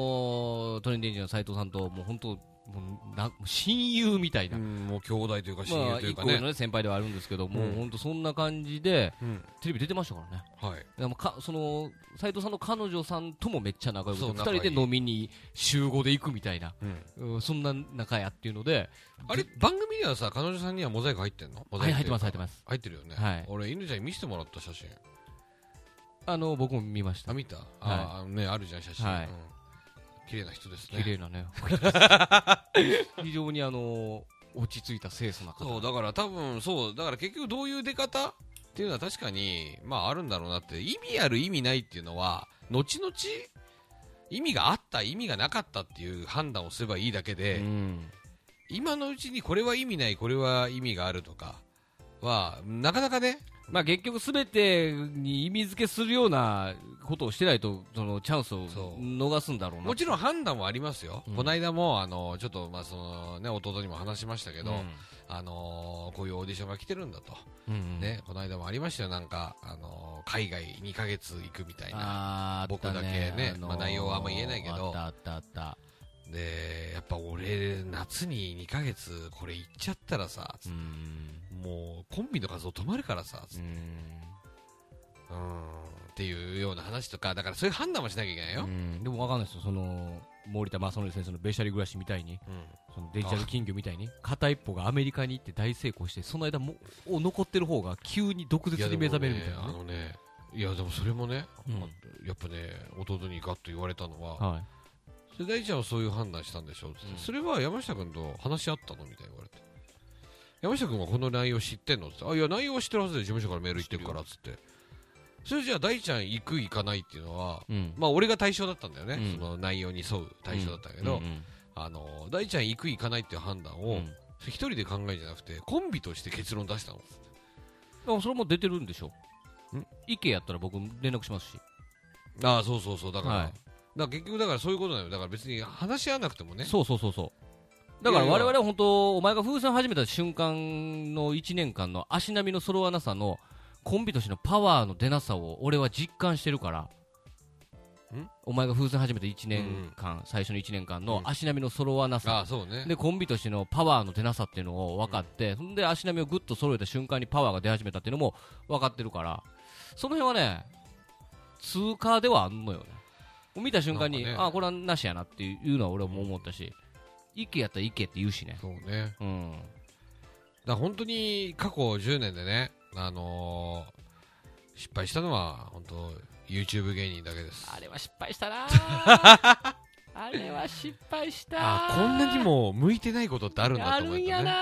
A: ートレンディエンジェルの斎藤さんと、もう本当、もうな親友みたい
B: ん。
A: な。
B: うん、もう兄弟というか親
A: まあ、
B: 友とい
A: 一
B: うか
A: 個上
B: ね。
A: の、ね、先輩ではあるんですけど、も
B: う
A: うん本当そんな感じで、
B: うん。
A: テレビ出てましたからね。
B: はい。
A: でもかその斎藤さんの彼女さんともめっちゃ仲良くて
B: そう
A: 2
B: 仲いい
A: 人で飲みに集合で行くみたいな、
B: うん
A: うんそんな仲やっていうので
B: あれ、番組にはさ、彼女さんにはモザイク入ってんのモザ
A: は
B: イ
A: い
B: ク
A: 入ってます入
B: 入
A: ってます
B: ってるよね。
A: はい
B: 俺、犬ちゃんに見せてもらった写真。
A: あの僕も見ました
B: あ、見たああのね、あるじゃん、写真。
A: はい
B: うん綺麗な人です
A: 綺
B: ね。
A: 麗な
B: [LAUGHS]
A: ね非常にあの落ち着いた清楚な
B: そう、
A: 方
B: だから多分、そう、だから結局どういう出方っていうのは確かに、まああるんだろうなって、意味ある意味ないっていうのは、後々、意味があった、意味がなかったっていう判断をすればいいだけで、
A: うん
B: 今のうちにこれは意味ない、これは意味があるとかは、なかなかね、
A: まあ、結局すべてに意味付けするようなことをしてないとそのチャンスを
B: そう
A: 逃すんだろうな
B: もちろん判断はありますよ。
A: うん
B: この間も、あの、ちょっと、まあ、そのね、弟にも話しましたけど、
A: うん
B: あのーこういうオーディションが来てるんだと。
A: うん
B: ね、この間もありましたよ、なんか、あのー海外2ヶ月行くみたい
A: あーあ
B: な。
A: った
B: 僕だけね
A: あのー
B: まあ内容はあんま言えないけど
A: あったあったあっ
B: で、やっぱ俺、夏に2ヶ月これ行っちゃったらさ、
A: たうん
B: もうコンビの活動止まるからさ、つ
A: う
B: って
A: ん
B: うーん、っていうような話とか、だからそういう判断もしなきゃいけないよ。
A: うんでもわかんないですよその森田正則先生のベシャリ暮らしみたいに
B: うん
A: そのデジタル金魚みたいに片一方がアメリカに行って大成功してその間もを残ってる方が急に毒舌
B: いや
A: に目覚めるみたい
B: で
A: なね
B: もねあのねいやでもそれもね、
A: うん
B: やっぱね弟にガッと言われたのは
A: は
B: 「それ大ちゃんはそういう判断したんでしょ」って、
A: うん
B: それは山下君と話し合ったの?」みたいに言われて山下君はこの内容知ってんのってあいや内容は知ってるはずで事務所からメール行ってるからっつってそれじゃあ大ちゃん行く行かないっていうのは
A: うん
B: まあ俺が対象だったんだよね、
A: うん
B: その内容に沿う対象だったけ
A: う
B: ど
A: ん、うん
B: あの大ちゃん行く行かないっていう判断
A: う
B: を
A: ん
B: 一人で考えるんじゃなくてコンビとして結論出したの
A: でもそれも出てるんでしょ
B: ん
A: 意見やったら僕連絡しますし、
B: ああそうそうそうだから、
A: はい
B: だから結局だからそういうことなのよだから別に話し合わなくてもね
A: そうそうそうそうだから
B: いやい
A: 我
B: や
A: 々は本当お前が風船始めた瞬間の1年間の足並みの揃わなさのコンビとしてのパワーの出なさを俺は実感してるから
B: ん
A: お前が風船始めた1年間、最初の1年間の足並みの揃わなさ
B: ああそうね
A: でコンビとしてのパワーの出なさっていうのを分かって、そんで足並みをぐっと揃えた瞬間にパワーが出始めたっていうのも分かってるからその辺はね通過ではあんのよね見た瞬間に、
B: なんかね
A: あこれはなしやなっていうのは俺も思ったし意見やったら意見って言うしね
B: そうね
A: うん
B: だから本当に過去10年でねあのー失敗したのは本当 YouTube 芸人だけです
A: あれは失敗した [LAUGHS] なあれは失敗した
B: あこんなにも向いてないことってあるんだと思っ
A: や
B: た
A: るんや
B: ね
A: な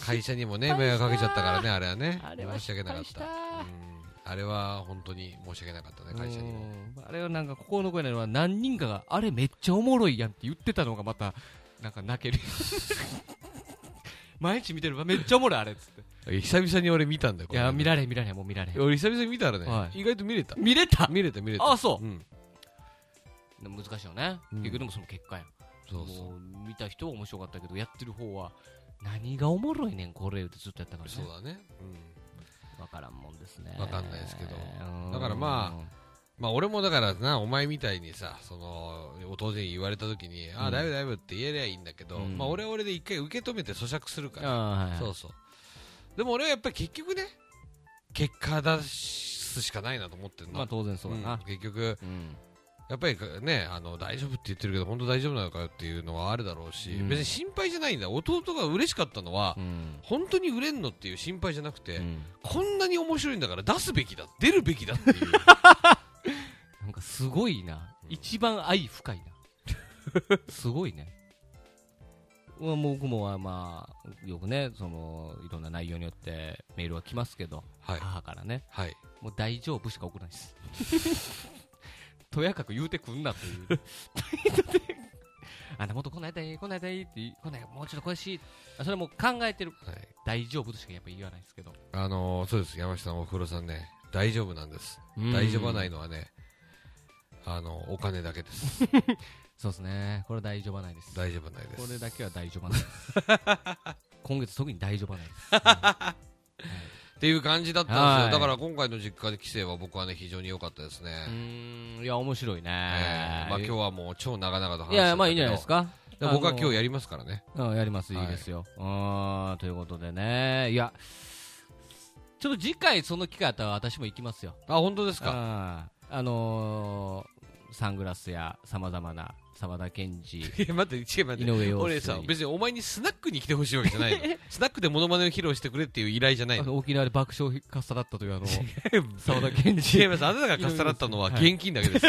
B: 会社にもね
A: 失敗
B: 迷
A: した
B: 惑かけちゃったからねあれはね
A: あれは
B: 申し訳なかった
A: 失敗した
B: うんあれは本当に申し訳なかったね会社にも
A: うんあれはなんか心の声なのは何人かがあれめっちゃおもろいやんって言ってたのがまたなんか泣ける [LAUGHS] 毎日見てるわめっちゃおもろいあれっつっ
B: [LAUGHS]
A: て
B: 久々に俺見たんだよ
A: いや見ら
B: れ
A: れへん見られへんもう見られへん
B: 俺久々に見たら
A: は
B: ね
A: い
B: 意外と見れた
A: 見れた
B: 見れた見れた
A: あそ
B: うん
A: う難しいよね、
B: うん
A: 結局でもその結果や
B: そうそう
A: もう見た人は面白かったけどやってる方は何がおもろいねんこれってずっとやったから
B: そ
A: ね
B: うだねうん
A: 分からんもんですね
B: わかんないですけど
A: うん
B: だからままあ俺もだからな、お前みたいにさ、その、当然言われた時に、
A: う
B: ああ、
A: ん
B: だいぶだいぶって言えりゃいいんだけど、
A: うん
B: まあ俺は俺で一回受け止めて咀嚼するから、
A: あーはい
B: そうそう。でも俺はやっぱり結局ね、結果出すしかないなと思ってるの。
A: まあ当然そうだな
B: うん結局、
A: うん
B: やっぱりね、あの、大丈夫って言ってるけど、本当大丈夫なのかよっていうのはあるだろうし、
A: うん
B: 別に心配じゃないんだ。弟が嬉しかったのは
A: う、ん
B: 本当に売れんのっていう心配じゃなくて、
A: うん
B: こんなに面白いんだから出すべきだ、出るべき
A: [LAUGHS]
B: だっていう。
A: なんかすごいな、
B: うん
A: 一番愛深 [LAUGHS] いなすごいねまあ僕もはまあよくねそのいろんな内容によってメールは来ますけど、
B: はい。
A: 母からね
B: はい。
A: もう大丈夫しか送らないです [LAUGHS] とやかく言うてくんなという [LAUGHS] 態度であなもっとこないだいこないだいってこないもうちょっとこれしいあそれはもう考えてる
B: はい
A: 大丈夫としかやっぱ言わないですけど
B: あのーそうです、山下さん、おふくろさんね、大丈夫なんです。大丈夫はないのはね、あのお金だ
A: [LAUGHS]
B: けです。
A: そうですねこれは大丈夫はないです
B: 大丈夫はないで
A: これ
B: す。
A: だけは大丈夫なんです [LAUGHS] 今月特に大丈夫なんです
B: っていう感じだったん
A: は
B: で
A: い
B: すよ。だから今回の実家で帰省は僕はね、非常に良かったです
A: う
B: ね。
A: ーんいや面白いね、
B: えーまあ今日はもう超長々と話
A: いやまあいいんじゃないです
B: か。
A: か
B: だから僕は今日
A: や
B: やりますからね。
A: うんやりますい
B: はい
A: いですよ、うーんということでねいやちょっと次回その機会あったら私も行きますよ
B: あ、本当ですか。
A: ああのーサングラスやさまざまな沢田研二
B: いや、待って、違う待
A: 井
B: っ
A: [LAUGHS]
B: て。
A: 上陽
B: 俺
A: 水
B: さ、別にお前にスナックに来てほしいわけじゃな
A: [LAUGHS]
B: いの。スナックでモノマネを披露してくれっていう依頼じゃない
A: あ
B: の。
A: の沖縄で爆笑かっさらったというあの沢田
B: 違
A: 研二
B: います。あなたがかっさらったのは現金だけです。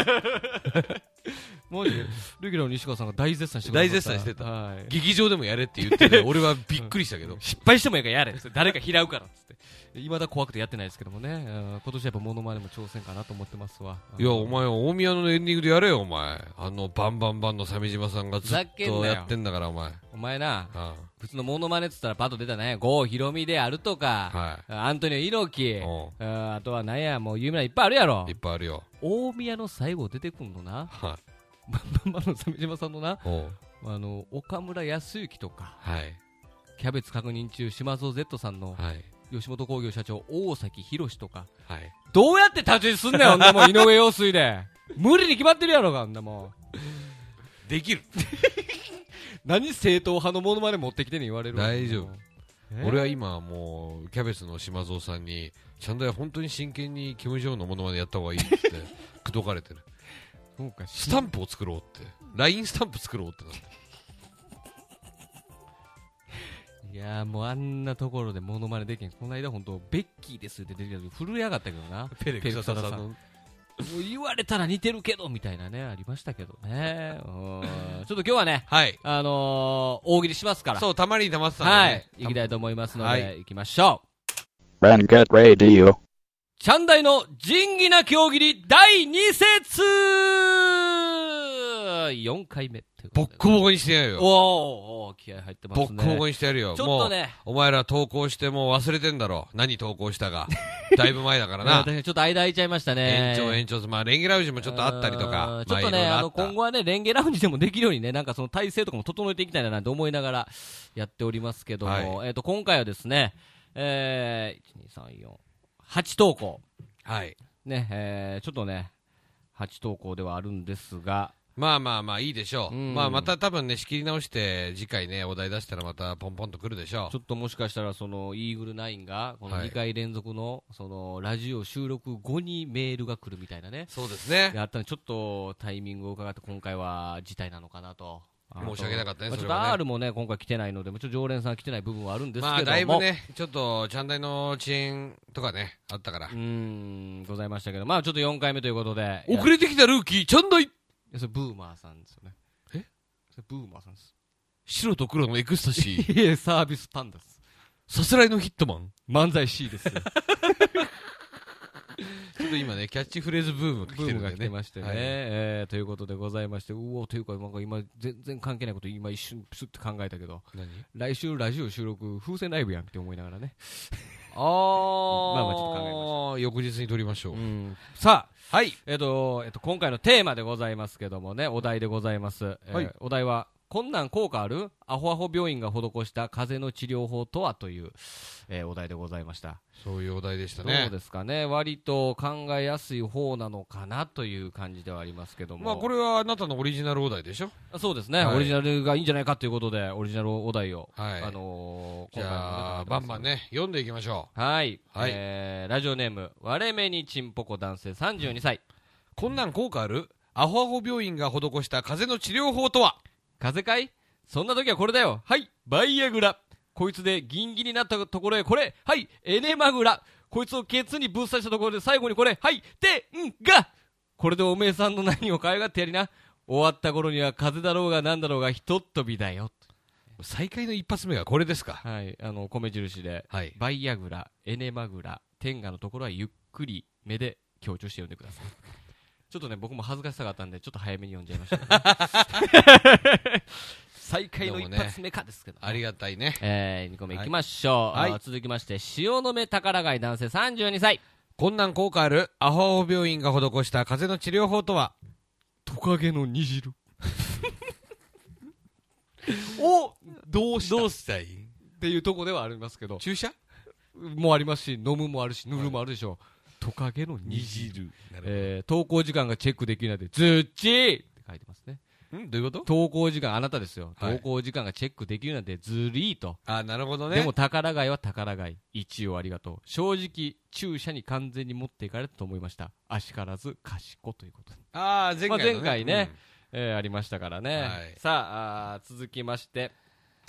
A: マジでルギラの西川さんが大絶賛してくれま
B: 大絶賛してた
A: はい
B: 劇場でもやれって言ってて、俺はびっくりしたけど。
A: 失敗してもいいからやれっつって誰か拾うからっつっていまだ怖くてやってないですけどもねうん今年はやっぱモノマネも挑戦かなと思ってますわ
B: いや、お前、大宮のエンディングでやれよ、お前。あの、バンバンバンの鮫島さんがずっ
A: ふざけんなよ
B: とやってんだから、お前。
A: お前な
B: あ
A: 普通のモノマネっつったらパッと出たね郷ひろみであると
B: あ
A: か
B: は
A: アントニオ猪木
B: い。お
A: うんあとはなんやもう有名ないっぱいあるやろ
B: ういっぱいあるよ。
A: 大宮の最後出てくん
B: [LAUGHS]
A: のな
B: はい。
A: バンバンバンの鮫島さんのな
B: おう
A: あの岡村康之とか
B: はい。
A: キャベツ確認中島蔵 Z さんの
B: はい。
A: 吉本興業社長大崎宏とか
B: はい。
A: どうやって立ち位置すん [LAUGHS] ねん、ほんでもう井上陽水で。無理に決まってるやろが、ほんでもう。
B: できる。
A: [LAUGHS] 何正統派のモノマネ持ってきてんねん言われるわ
B: 大丈夫。
A: え
B: 俺は今、もう、キャベツの島蔵さんに、ちゃんと本当に真剣に、キム・ジョンウンのものまでやった方がいいって、
A: [LAUGHS]
B: 口説かれてる。
A: そうか、
B: スタンプを作ろうって。LINE スタンプ作ろうってなって。
A: いやーもうあんなところでモ [LAUGHS] ノマネできん。この間ほんと、ベッキーですって出てきた時震えやがったけどな。
B: ペレ
A: クサダさん
B: の。
A: もう言われたら似てるけどみたいなねありましたけどねうんちょっと今日はね
B: はい。
A: あのー、大喜利しますから
B: そう、たまりに溜まってたん
A: は
B: だ
A: い
B: ね。
A: 行きたいと思いますので、
B: はい
A: 行きましょう
C: Rangat Radio.
A: チャンダイの仁義な競技に第2節4回目って
B: ボ
A: こと
B: ッコ
A: で
B: ボコにしてやるよ。
A: おーおー気合入ってます
B: ボ
A: ね
B: ッコボコにしてやるよ。
A: ちょっ
B: も
A: と
B: う、
A: ね
B: お前ら投稿してもう忘れてんだろ。何投稿し
A: [LAUGHS]
B: たか。だいぶ前だから
A: あ
B: な
A: 確。かにちょっと間空いちゃいましたね
B: 延長延長、まあ、レンゲラウジもちょっとあったりと
A: う
B: か
A: ん。ちょっと
B: まいろい
A: ね、
B: ろ
A: あ
B: あ
A: の
B: った
A: 今後はね、レンゲラウンジでもできるようにね、なんかその体制とかも整えていきたいななんて思いながらやっておりますけども、
B: は
A: えっ、と、今回はですね、えー、1、2、3、4、8投稿。
B: はい。
A: ね、えー、ちょっとね、8投稿ではあるんですが、
B: まあまあまあ、いいでしょう。
A: うん
B: まあ、また多分ね、仕切り直して、次回ね、お題出したらまたポンポンと来るでしょ
A: ちょっともしかしたら、その、イーグルナインが、この
B: はい
A: 2回連続の、その、ラジオ収録後にメールが来るみたいなね
B: [LAUGHS] う。。そうですね。
A: があったので、ちょっとタイミングを伺って、今回は辞退なのかなと。
B: 申し訳なかったね
A: まあ
B: そ
A: ちょっ
B: れ
A: と
B: はね
A: R もね、今回来てないので、ちょっと常連さん来てない部分はあるんですけども。
B: まあ、だいぶね、ちょっと、チャンダイの遅延とかね、あったから
A: う。ーん、ございましたけど、まあちょっと4回目ということで。いや
B: 遅れてきたルーキー、チャンダイ
A: それブーマーさんですよね。
B: え
A: それブーマーさんです。
B: 白と黒のエクスタシ
A: [LAUGHS]
B: ー、
A: いえ、サービスパンダ
B: [LAUGHS]
A: です。
B: さすらいのヒットマン。
A: 漫才 C ですよ。
B: ちょっと今ね、キャッチフレーズブームが
A: ブ
B: 来て
A: ー
B: る
A: ム
B: ん
A: が
B: で
A: 来
B: ね。
A: てましてね、
B: はい
A: えーということでございまして、うおというか、なんか今、全然関係ないこと、今一瞬、プスって考えたけど、
B: 何
A: 来週ラジオ収録、風船ライブやんって思いながらね。
B: [LAUGHS] あー、
A: まあまあちょっと考えま
B: 翌日に撮りましょ
A: う
B: う。
A: んさあ、
B: はい。
A: えっと、えっと、今回のテーマでございますけどもね、お題でございます。えー
B: はい
A: お題は、こんなん効果あるアホアホ病院が施した風邪の治療法とはという、えーお題でございました。
B: そういうお題でした
A: ど
B: ね
A: う。ですかね、割と考えやすい方なのかなという感じではありますけども。
B: まあ、これはあなたのオリジナルお題でしょ
A: あそうですね、
B: はい
A: オリジナルがいいんじゃないかということで、オリジナルお題を、
B: はい
A: あのー
B: じゃあ、
A: 今
B: バ
A: 回もね考えてます
B: ンバンね、読んでいきましょう。
A: はい、
B: はい
A: えーラジオネーム、割れ目にちんぽこ男性32歳、
B: こんなん効果あるアホアホ病院が施した風邪の治療法とは
A: 風邪かいそんな時はこれだよ、はい、バイアグラ、こいつでギンギンになったところへこれ、はい、エネマグラ、こいつをケツにぶっ刺したところで最後にこれ、はい、で、ん、が、これでおめえさんの何を可愛がってやりな、終わった頃には風邪だろうがなんだろうがひとっ飛びだよ、
B: 再開の一発目がこれですか
A: はい、あの米印で。
B: はい。
A: バイアグラ、エネマグラ、天下のところはゆっくり目で強調して読んでください。ちょっとね、僕も恥ずかしさがあったんで、ちょっと早めに読んじゃいましたけどね、 [LAUGHS] 再開の一発目かですけど、
B: ありがたいね。
A: えー、2個目いきましょう。
B: はい
A: あ続きまして、塩の目宝貝男性32歳。
B: こんなん効果あるアホアホ病院が施した風邪の治療法とは
A: トカゲの煮汁。をどうした
B: どうしたい
A: っていうとこではありますけど、
B: 注射
A: もありますし、飲むもあるし、塗るもあるでしょう。トカゲの煮汁。
B: 汁。なる
A: えー投稿時間がチェックできないで、ずっちーって書いてますね。
B: ほど。んどういうこと
A: 投稿時間、あなたですよ。
B: はい
A: 投稿時間がチェックできるなんてずりーと。
B: あ、なるほどね。
A: でも、宝貝は宝貝。一応ありがとう。正直、注射に完全に持っていかれたと思いました。あしからず、賢ということで。
B: ああ、前回の、
A: ま
B: ね。
A: あ前回ねえーありましたからね。
B: はい
A: さああー続きまして、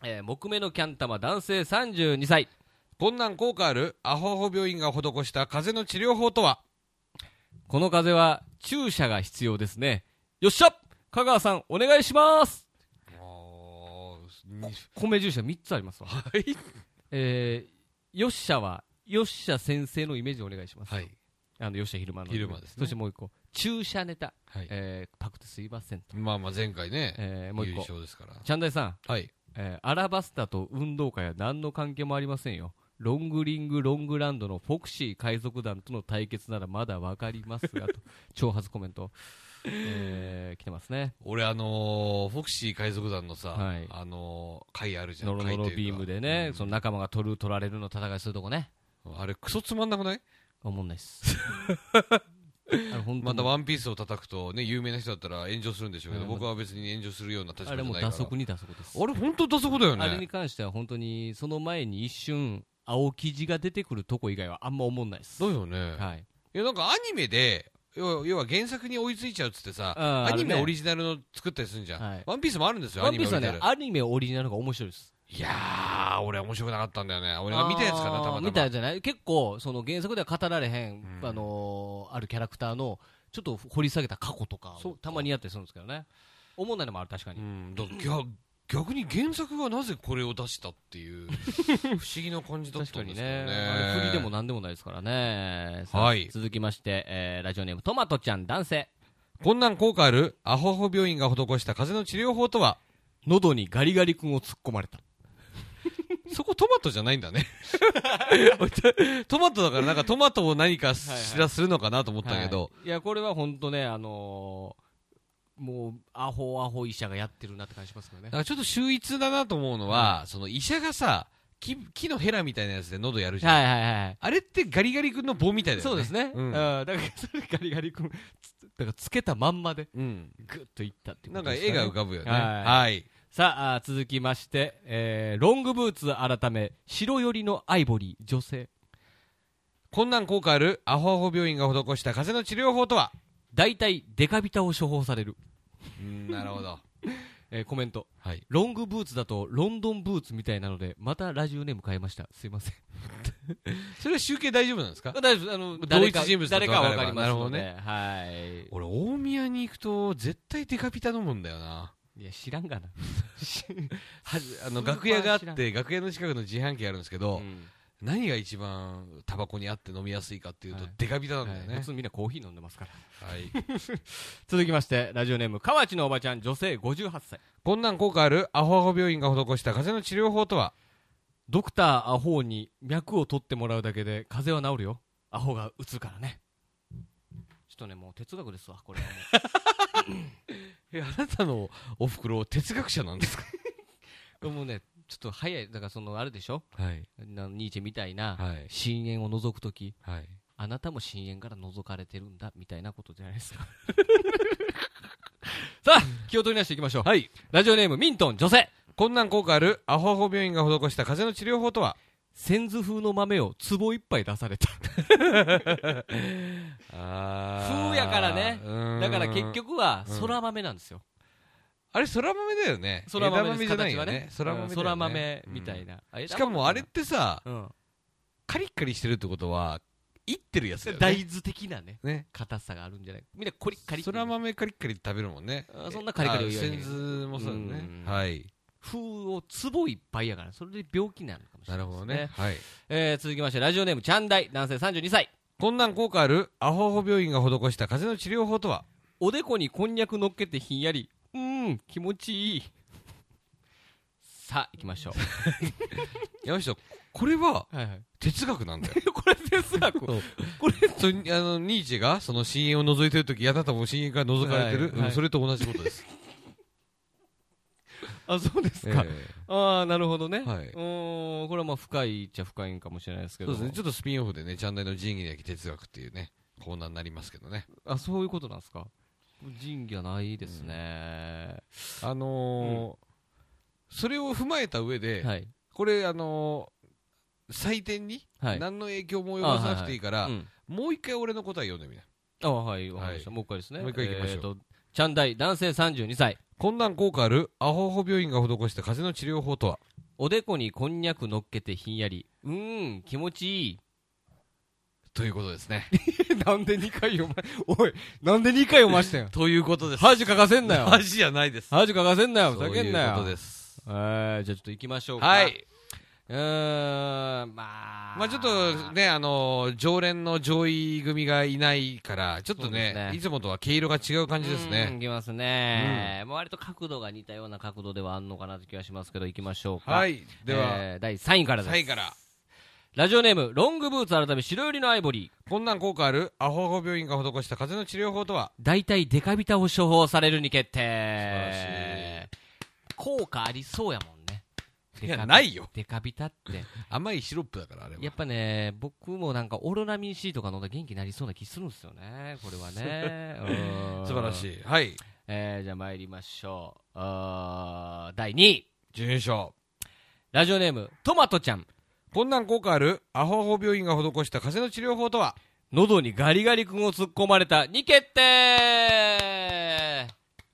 A: えー木目のキャン玉、男性32歳。
B: うんこんなん効果あるアホアホ病院が施した風邪の治療法とは
A: この風は、注射が必要ですね。よっしゃ香川さん、お願いします米注射3つありますわ。
B: はい。
A: えー、よっしゃは、よっしゃ先生のイメージお願いします。
B: はい。
A: あの、よっしゃ昼間の。
B: 昼間ですね
A: そしてもう一個、注射ネタ。
B: はい。
A: えー、パクってすいませんと。
B: まあまあ前回ね、
A: えー、もう一
B: 優
A: 個。
B: 勝ですから。
A: チャンダイさん、
B: はい。
A: えー、アラバスタと運動会は何の関係もありませんよ。ロングリング、ロングランドのフォクシー海賊団との対決ならまだわかりますが、と。
B: [LAUGHS]
A: 挑発コメント。えー、来てますね。
B: 俺あのー、フォクシー海賊団のさ、
A: はい
B: あのー、回あるじゃん。
A: ノロノロ
B: 回とい
A: ビ
B: う
A: ー
B: か
A: ムでね、
B: うん
A: その仲間が取る、取られるの戦いするとこね。
B: あれクソつまんなくない
A: 思んないっ
B: [LAUGHS]
A: す。あれ本当
B: ま
A: に
B: たワンピースを叩くとね、有名な人だったら炎上するんでしょうけど、
A: うん
B: 僕は別に炎上するような立場じ
A: あ
B: ゃな
A: れ
B: い
A: も
B: から。
A: 打足に打足です。
B: あれ本当打足だよ
A: あれに
B: ね。
A: 関しては本当に、その前に一瞬、青生地が出てくるとこ以外はあんま思んないです。
B: だよね。
A: はい。
B: いや、なんかアニメで、要は要は原作に追いついちゃうっつってさ、
A: あー
B: アニメ
A: あれね
B: オリジナルの作ったりするんじゃん。
A: はい
B: ワンピースもあるんですよ、
A: ワ
B: ア
A: ン
B: ニ
A: ピー
B: メオ
A: スは
B: リジナ
A: ね
B: ル。、
A: アニメオリジナルが面白いです。
B: いやー、俺は面白くなかったんだよね。俺が見たやつかな、たまたま。
A: 見たやつじゃない結構、その原作では語られへん、
B: うん
A: あのーあるキャラクターのちょっと掘り下げた過去とか
B: そうか
A: たまにやったりするんですけどね思んないのもある確かに、
B: うん、だ逆逆に原作がなぜこれを出したってい
A: [LAUGHS]
B: う不思議な感じだっ
A: 確
B: た
A: か
B: んで
A: に
B: すけどね
A: ねあれ振りでも何でもないですからねさあ
B: はい
A: 続きまして、えーラジオネームトマトちゃん男性
B: こんなん効果あるアホホ病院が施した風邪の治療法とは
A: 喉にガリガリ君を突っ込まれた
B: そこトマトじゃない
A: [LAUGHS]
B: んだね [LAUGHS] トマトだからなんかトマトを何かしらするのかなと思ったけど、
A: はいいやこれは本当ねあのーもうアホアホ医者がやってるなって感じしますよね
B: なんかちょっと秀逸だなと思うのは、その医者がさ木木のヘラみたいなやつで喉やるじゃん、
A: はいはいはい
B: あれってガリガリ君の棒みたいだよね
A: そうですね、
B: う
A: うんん、だからそれガリガリ君つだからつけたまんまで
B: うん、
A: グッといったっていう
B: な
A: こ
B: ん
A: と
B: か
A: です
B: 絵
A: ね
B: が浮かぶよね
A: は
B: はいい、
A: さああー続きまして、えーロングブーツ改め白寄りのアイボリー女性
B: こんなん効果あるアホアホ病院が施した風邪の治療法とは
A: 大体デカビタを処方される、
B: うんな
A: [LAUGHS]
B: るほど
A: えーコメント
B: はい
A: ロングブーツだとロンドンブーツみたいなのでまたラジオネーム変えましたすいません
B: それは集計大丈夫なんですか
A: 大丈夫あの
B: 同一人物だ
A: 誰
B: と
A: かわかり
B: わかれば
A: ますので、
B: な
A: はい
B: 俺大宮に行くと絶対デカピタ飲むんだよない
A: や知らん [LAUGHS] がな、
B: はじあの
A: スーパー
B: 楽屋があっ
A: 知ら
B: て楽屋の近くの自販機あるんですけど、
A: うん
B: 何が一番タバコに合って飲みやすいかっていうと、
A: はい
B: デカビタなんだよ
A: はい
B: ね
A: 普通みんなコーヒー飲んでますから
B: はい、
A: 続きましてラジオネーム河内のおばちゃん女性58歳
B: こんなん効果あるアホアホ病院が施した風邪の治療法とは
A: ドクターアホーに脈を取ってもらうだけで風邪は治るよアホが打つからねちょっとねもう哲学ですわこれはもう
B: えあなたのおふくろ哲学者なんですか
A: こ [LAUGHS] れもうねちょっと早いだからそのあるでしょ
B: はい
A: なニーチェみたいな、
B: はい
A: 深淵を覗く時
B: はい
A: あなたも深淵から覗かれてるんだみたいなことじゃないですか [LAUGHS] さあ気を取り直していきましょう、
B: はい
A: ラジオネームミントン女性
B: こんなん効果あるアホアホ病院が施した風邪の治療法とは
A: 先頭風の豆を壺一杯出された
B: あ
A: 風やからねだから結局は
B: うん
A: 空豆なんですよ、
B: あれそら豆だよね
A: そら豆
B: 枝
A: です
B: 豆じゃない
A: 形
B: よ
A: は
B: ね
A: ね
B: そら豆だよね
A: そら豆みたいな、枝
B: うん
A: 豆
B: しかもあれってさ
A: うん
B: カリッカリしてるってことはいってるやつだよ
A: 大
B: ね
A: 豆的なね
B: ね
A: 硬さがあるんじゃないみんなコリッカリッ
B: そら豆カリッカリ食べるもんね
A: あそんなカリカリを言わ
B: せ
A: へん
B: んずもそうだよね
A: うん
B: はい
A: 風を壺いっぱいやからそれで病気になるのかもしれ
B: な
A: な
B: る
A: いで
B: ほ
A: す
B: ど
A: ね
B: ねはい
A: えー続きましてラジオネームチャンダイ男性32歳
B: こんなん効果あるアホアホ病院が施した風邪の治療法とは
A: おでこにこんにゃく乗っけてひんやりうーん気持ちいいさあ行きましょ
B: 山下これは
A: う [LAUGHS] はい、はい、
B: 哲学な
A: [LAUGHS]
B: んだよ
A: これ哲学これ
B: それにあのニーチェがその深淵を覗いてる時あなたも深淵から覗かれてる
A: はいはい
B: うんそれと同じことです
A: あ [LAUGHS] そうです
B: え
A: か、
B: え
A: ああなるほどね、
B: はいう
A: ーんこれはまあ深いっちゃ深いんかもしれないですけ
B: そ
A: ど
B: うですねちょっとスピンオフでねチャンネルの仁義なき哲学っていうねコーナーになりますけどね
A: あそういうことなんですか仁義はないですね、
B: あのーそれを踏まえた上で、
A: はい
B: これあのー採点に
A: はい
B: 何の影響も及ぼさなくていいから、
A: うん
B: もう一回俺の答え読んでみな
A: あはいわかりました、もう一回ですね
B: もう一回行きましょう
A: えーとチャンダイ男性32歳
B: こんなん効果あるアホホ病院が施した風邪の治療法とは
A: おでこにこんにゃく乗っけてひんやりうーん気持ちいい
B: ということですね
A: [LAUGHS] なんで2回読まおいなんで2回読ましたよ
B: ということです
A: 恥かかせんなよ
B: マジじゃないです
A: 恥かかせんなよ
B: [LAUGHS] そう
A: ふざ
B: い
A: けんな
B: うこ
A: よ
B: とです
A: えー、じゃあちょっと行きましょうか
B: はい
A: えーんまあ
B: まあちょっとねあのー常連の上位組がいないからちょっと
A: そうで
B: ね
A: すね
B: いつもとは毛色が違う感じです
A: うんい
B: ね
A: きますね。まあ割と角度が似たような角度ではあるのかなって気がしますけど、いきましょうか。
B: はいでは、
A: えー第3位からです。
B: 3位から
A: ラジオネーム、ロングブーツ改め白寄りのアイボリー。
B: こんなん効果あるアホアホ病院が施した風邪の治療法とは
A: 大体デカビタを処方されるに決定。
B: ら
A: 効果ありそうやもんね。
B: い
A: デカ
B: や
A: ビ
B: ないよ
A: デカビタ
B: [LAUGHS]
A: って。
B: 甘いシロップだからあれは
A: やっぱね、僕もなんかオロナミン C とか飲んだら元気になりそうな気するんですよね。これはね。う
B: [LAUGHS]
A: ん
B: 素晴らしいはい
A: えー、じゃあ参りましょう。あー第2位。
B: 準優勝
A: ラジオネーム、トマトちゃん。
B: こんなん効果あるアホアホ病院が施した風邪の治療法とは
A: 喉にガリガリ君を突っ込まれたに決定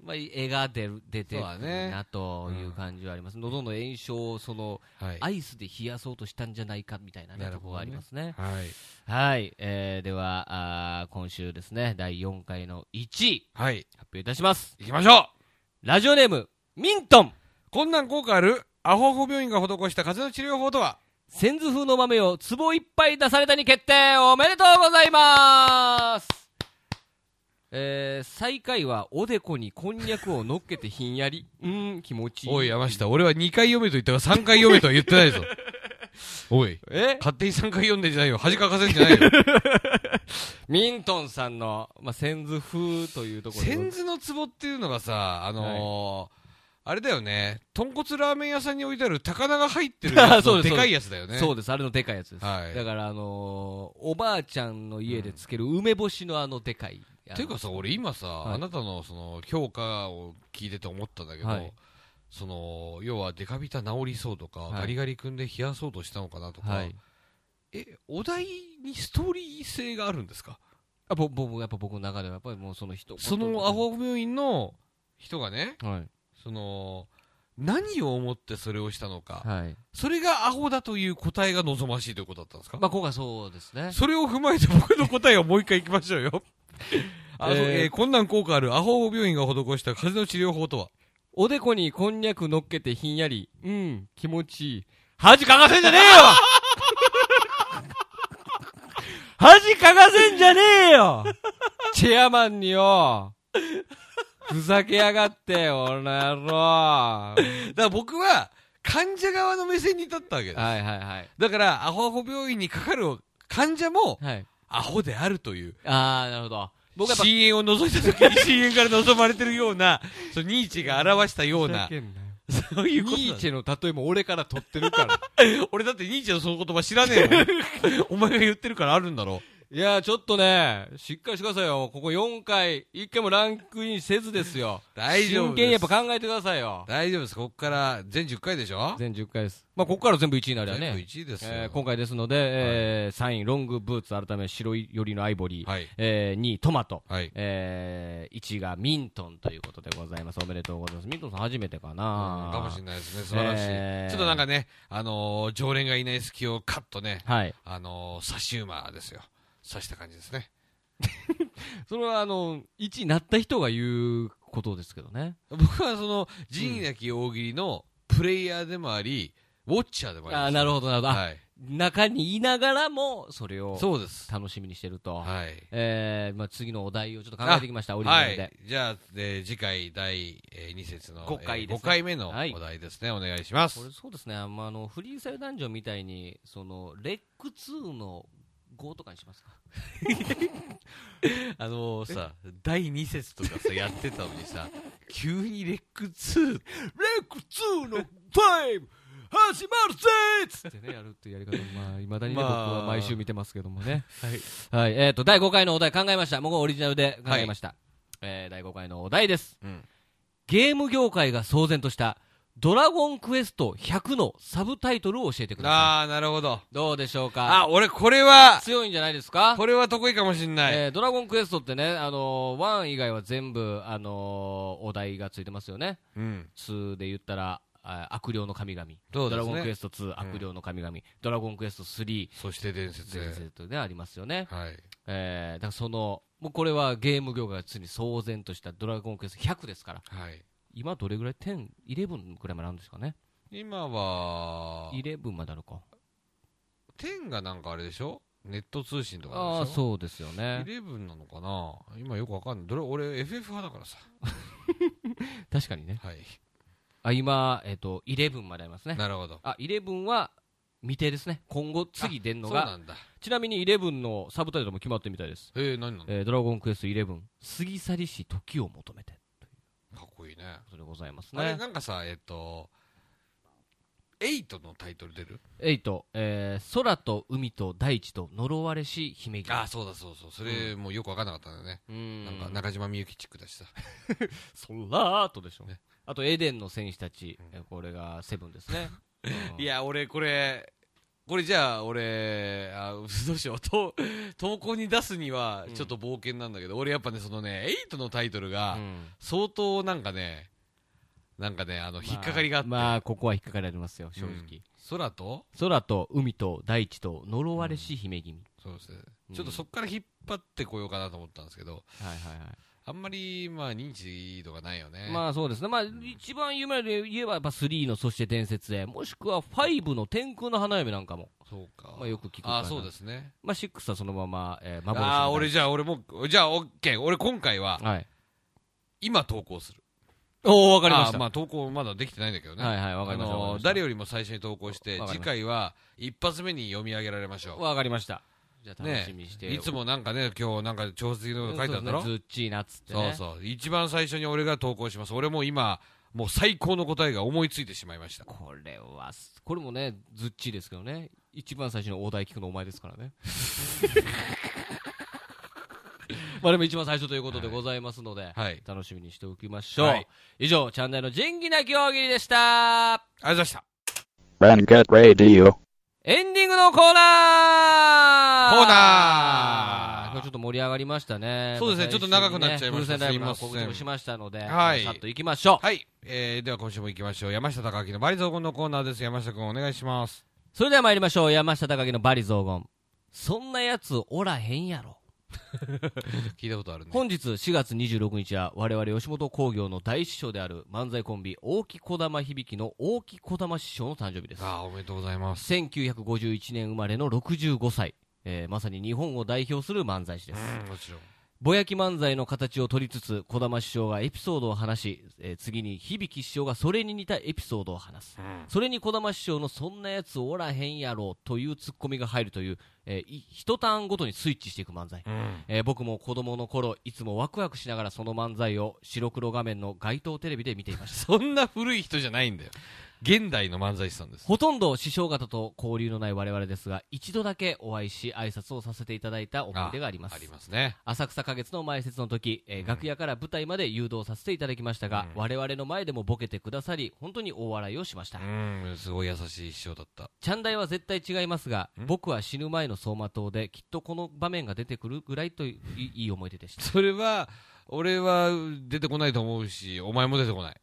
A: まあ、絵が出る出てく
B: そうだ
A: る
B: ね
A: なという感じはあります、喉の炎症をその、
B: はい。
A: アイスで冷やそうとしたんじゃないかみたいな、ね
B: なる
A: と
B: ほ
A: ころ
B: どね
A: がありますね。
B: はい。
A: はい、えー、ではあー今週ですね、第4回の1位、
B: はい。
A: 発表いたします。
B: 行きましょう
A: ラジオネーム、ミントン
B: こんなん効果あるアホアホ病院が施した風邪の治療法とは
A: 先頭風の豆を壺いっぱい出されたに決定おめでとうございますえー、最下位はおでこにこんにゃくを乗っけてひんや [LAUGHS] り。うーん、気持ちいい。
B: [LAUGHS] おい、山下、俺は2回読めと言ったが3回読めとは言ってないぞ。 [LAUGHS] おい、
A: え
B: 勝手に3回読んでんじゃないよ。恥かかせんじゃない [LAUGHS] よ。
A: ミントンさんの、まあ、先頭風というところ
B: 千頭の壺っていうのがさ、あのー、あれだよね、豚骨ラーメン屋さんに置いてある高菜が入ってる [LAUGHS] やつ
A: そう
B: の
A: です
B: でかいやつだよね。
A: そうです、あれのでかいやつです。
B: はい
A: だから、あのーおばあちゃんの家でつける梅干しのあのでかい。
B: ていうかさ、俺今さ、
A: い
B: あなたのその評価を聞いてて思ったんだけど、
A: はい
B: その要はデカビタ治りそうとか、
A: はい
B: ガリガリ君で冷やそうとしたのかなとか、
A: はい。
B: えお題にストーリー性があるんですか
A: あ、ぼ、ぼ、やっぱ僕の中では、やっぱりもうその人。
B: そのアホ病院の人がね
A: はい。
B: その何を思ってそれをしたのか、
A: はい。
B: それがアホだという答えが望ましいということだったんですか、
A: まあ、今回そうですね。
B: それを踏まえて [LAUGHS] 僕の答えをもう一回いきましょうよあの
A: えー
B: えーこんなん効果あるアホ病院が施した風邪の治療法とは
A: おでこにこんにゃく乗っけてひんやり。うん、気持ちいい。恥かかせんじゃ [LAUGHS] ねえよ恥かかせんじゃねえよチェアマンによ、ふざけやがって、おな野郎。は
B: だから僕は患者側の目線に立ったわけで
A: い
B: す、
A: はいはい。
B: だからアホアホ病院にかかる患者も
A: はい。
B: アホであるという
A: ああ、なるほど。僕はやっぱ、
B: 深淵を覗いた時 [LAUGHS] に深淵から望まれてるようなそのニーチェが表したよう
A: ふ
B: な
A: ざけんなよ
B: そういうこと
A: ニ
B: な
A: ーチェの例えも俺から取ってるから。
B: の俺だってニーチェのその言葉知らねえ [LAUGHS] もんお前が言ってるからあるんだろ
A: いやー、ちょっとね、しっかりしてくださいよ。ここ4回、1回もランクインせずですよ。
B: 大丈夫
A: 真
B: です
A: 剣にやっぱ考えてくださいよ。
B: 大丈夫ですこっから全10回でしょ
A: 全10回です。まあ、ここから全部1位になりゃ
B: 全部
A: ね。
B: 1位ですよ、
A: えー今回ですので、えー3位、ロングブーツ、改め白い寄りのアイボリー、
B: はい
A: えー2位、トマト、
B: はい
A: えー1位がミントンということでございます。おめでとうございます。ミントンさん初めてか
B: うん
A: な、
B: かもしれないですね素晴らしい、
A: えー
B: ちょっとなんかねあのー常連がいない隙をカッとね
A: はい。
B: あのー、刺し馬ですよ。刺した感じですね。
A: それは、あの、1位になった人が言うことですけどね。
B: 僕はその、仁義なき大喜利のプレイヤーでもあり、ウォッチャーでもあり
A: あ
B: ま
A: ー
B: す。
A: なるほ
B: ほ
A: ど、なるほど。あ
B: はい。
A: 中にいながらも、それを
B: そうです。
A: 楽しみにしてると。
B: はい。
A: えーまあ、次のお題をちょっと考えてきました、オリジナルで。
B: はい。じゃあ、えー次回第、え2節の
A: 五回
B: えー
A: ですね
B: 五回目の
A: はい
B: お題ですね。お願いします
A: こ。れそうですね、あまあ、あのフリーサイルダンジョンみたいに、そのレック2の5とかにしますか。
B: あのー、さ、第2節とかさ、やってたのにさ、急にレック2。レック2の 5! 始まるぜ
A: つってね、やるっていうやり方、まあ、いまだに
B: に
A: ね、
B: ね
A: 僕
B: 僕
A: は
B: は
A: 毎
B: 毎
A: 週
B: 週
A: 見てますけどもね。
B: はい。
A: はい、えっ、と、第5回のお題考えました。もうオリジナルで考えました。えー第5回のお題です。
B: [LAUGHS] うん。
A: ゲーム業界が騒然とした、ドラゴンクエスト100のサブタイトルを教えてくださ
B: あー、なるほど。
A: い。どうでしょうか
B: あ、俺これは、
A: 強いんじゃないですか
B: これは得意かもしんない。
A: えードラゴンクエストってね、あのー、1以外は全部、あのーお題がついてますよね。
B: うん。
A: 2で言ったら、あ悪霊の神々、
B: そ
A: ド
B: うですね
A: ラゴンクエスト2、悪霊の神々、ドラゴンクエスト3、
B: そして伝説
A: 全然とね、ありますよね。
B: はい。
A: えーだからその、もうこれはゲーム業界が常に騒然としたドラゴンクエスト100ですから、
B: はい。
A: 今どれぐらい ?10、11ぐらいまであるんですかね。
B: 今は、
A: 11まであるか。
B: 10がなんかあれでしょネット通信とか
A: ああー、
B: でしょ
A: そうですよね。
B: 11なのかな今よくわかんない。どれ俺 FF 派だからさ。
A: 確かにね。
B: はい。
A: あ、今、えっ、と、11までありますね。
B: なるほど。
A: あ、11は未定ですね。今後次出んの
B: そう
A: が、
B: なんだ。
A: ちなみに11のサブタイトルも決まってるみたいです。
B: えー、何なのか
A: えードラゴンクエスト11、過ぎ去りし時を求めて。
B: っこいいね。
A: それございます
B: あれ
A: ね。
B: なんかさ、えっと、8のタイトル出る
A: エイト、えー空と海と大地と呪われし姫君。
B: ああ、そうだそうそう。それもうよくわかんなかったんだよね。
A: うん。
B: なんか中島みゆきチックだしさ。
A: 空とでしょ。
B: ね [LAUGHS]
A: あと、エデンの戦士たち、えーこれがセブンですね。
B: いや、俺これ、これじゃあ、俺、あ、 [LAUGHS] どうしよう。と、投稿に出すには、ちょっと冒険なんだけど、俺やっぱね、そのね、8のタイトルが、相当なんかね、なんかね、あの、引っかかりがあって。
A: まあ、まあここは引っかかりありますよ、正直。
B: うん空と
A: 空と海と大地と呪われし姫君。
B: そうですね
A: うん
B: ちょっとそっから引っ張ってこようかなと思ったんですけど、
A: はいはいはい。
B: あんまり、まあ、認知度がないよね。
A: まあそうですね、まあ、一番有名で言えば、やっぱ3のそして伝説へ、もしくは5の天空の花嫁なんかも、
B: そうか。
A: まあよく聞くかな
B: ああ、そうですね。
A: まあ、6はそのまま、えー、幻の
B: ああー、俺じゃあ、俺もう、じゃあ、オッケー。俺今回は、
A: はい、
B: 今投稿する。
A: おお、わ
B: わ
A: あー
B: まあ、投稿まだできてないんだけどね。
A: はいはいわかりました
B: あ
A: わかり
B: の
A: ま
B: ー
A: した
B: 誰よりも最初に投稿して
A: わかりました
B: 次回は一発目に読み上げられましょう
A: わかりました。じゃあ、楽
B: ね
A: しみにして、
B: いつもなんかね今日なんか調子のこと書いてあったろ
A: そうですね、ズッチーナっつって、
B: そう
A: ね、
B: そう一番最初に俺が投稿します俺も今もう最高の答えが思いついてしまいました
A: これは、これもね、ズッチーですけどね、一番最初にお題聞くのお前ですから
B: [LAUGHS]
A: ね。まあでも一番最初ということでございますので、
B: はい
A: 楽しみにしておきましょう。
B: はい
A: 以上、チャンネルの仁義なき大喜利でした。
B: ありがとうございました
C: Rangat Radio.
A: エンディングのコーナー
B: コーナー
A: これちょっと盛り上がりましたね。
B: そうですねちょっと長くなっちゃいまし
A: 風
B: た
A: 船ライブの
B: すいま
A: 告
B: せ
A: 知
B: ん
A: もしましたので、
B: はい
A: さっと行きましょう。
B: はい、えー、では今週も行きましょう山下隆明のバリ雑言のコーナーです山下君お願いします
A: それでは参りましょう。山下高木のバリ雑言。そんなやつおらへんやろ。
B: 聞いたことあるね
A: 本日4月26日は我々吉本興業の大師匠である漫才コンビ大木小玉響の大木小玉師匠の誕生日です。
B: あーおめでとうございます
A: 1951年生まれの65歳。えーまさに日本を代表する漫才師です。
B: うんもちろん
A: ぼやき漫才の形を取りつつ、小玉師匠がエピソードを話し、えー次に響師匠がそれに似たエピソードを話す。それに小玉師匠のそんなやつおらへんやろというツッコミが入るという、えーい一ターンごとにスイッチしていく漫才。
B: うん
A: えー僕も子供の頃、いつもワクワクしながらその漫才を白黒画面の街頭テレビで見ていま
B: [LAUGHS]
A: した。
B: そんな古い人じゃないんだよ現代の漫才師さんです
A: ほとんど師匠方と交流のない我々ですが、一度だけお会いし挨拶をさせていただいた思い出があります
B: あ。りますね
A: 浅草花月の前説の時、えー楽屋から舞台まで誘導させていただきましたが、
B: うん
A: 我々の前でもボケてくださり本当に大笑いをしました、
B: うんすごい優しい師匠だった
A: チャンダイは絶対違いますが、
B: うん
A: 僕は死ぬ前の走馬灯できっとこの場面が出てくるぐらいといいいい思い出でした
B: それは俺は出てこないと思うしお前も出てこない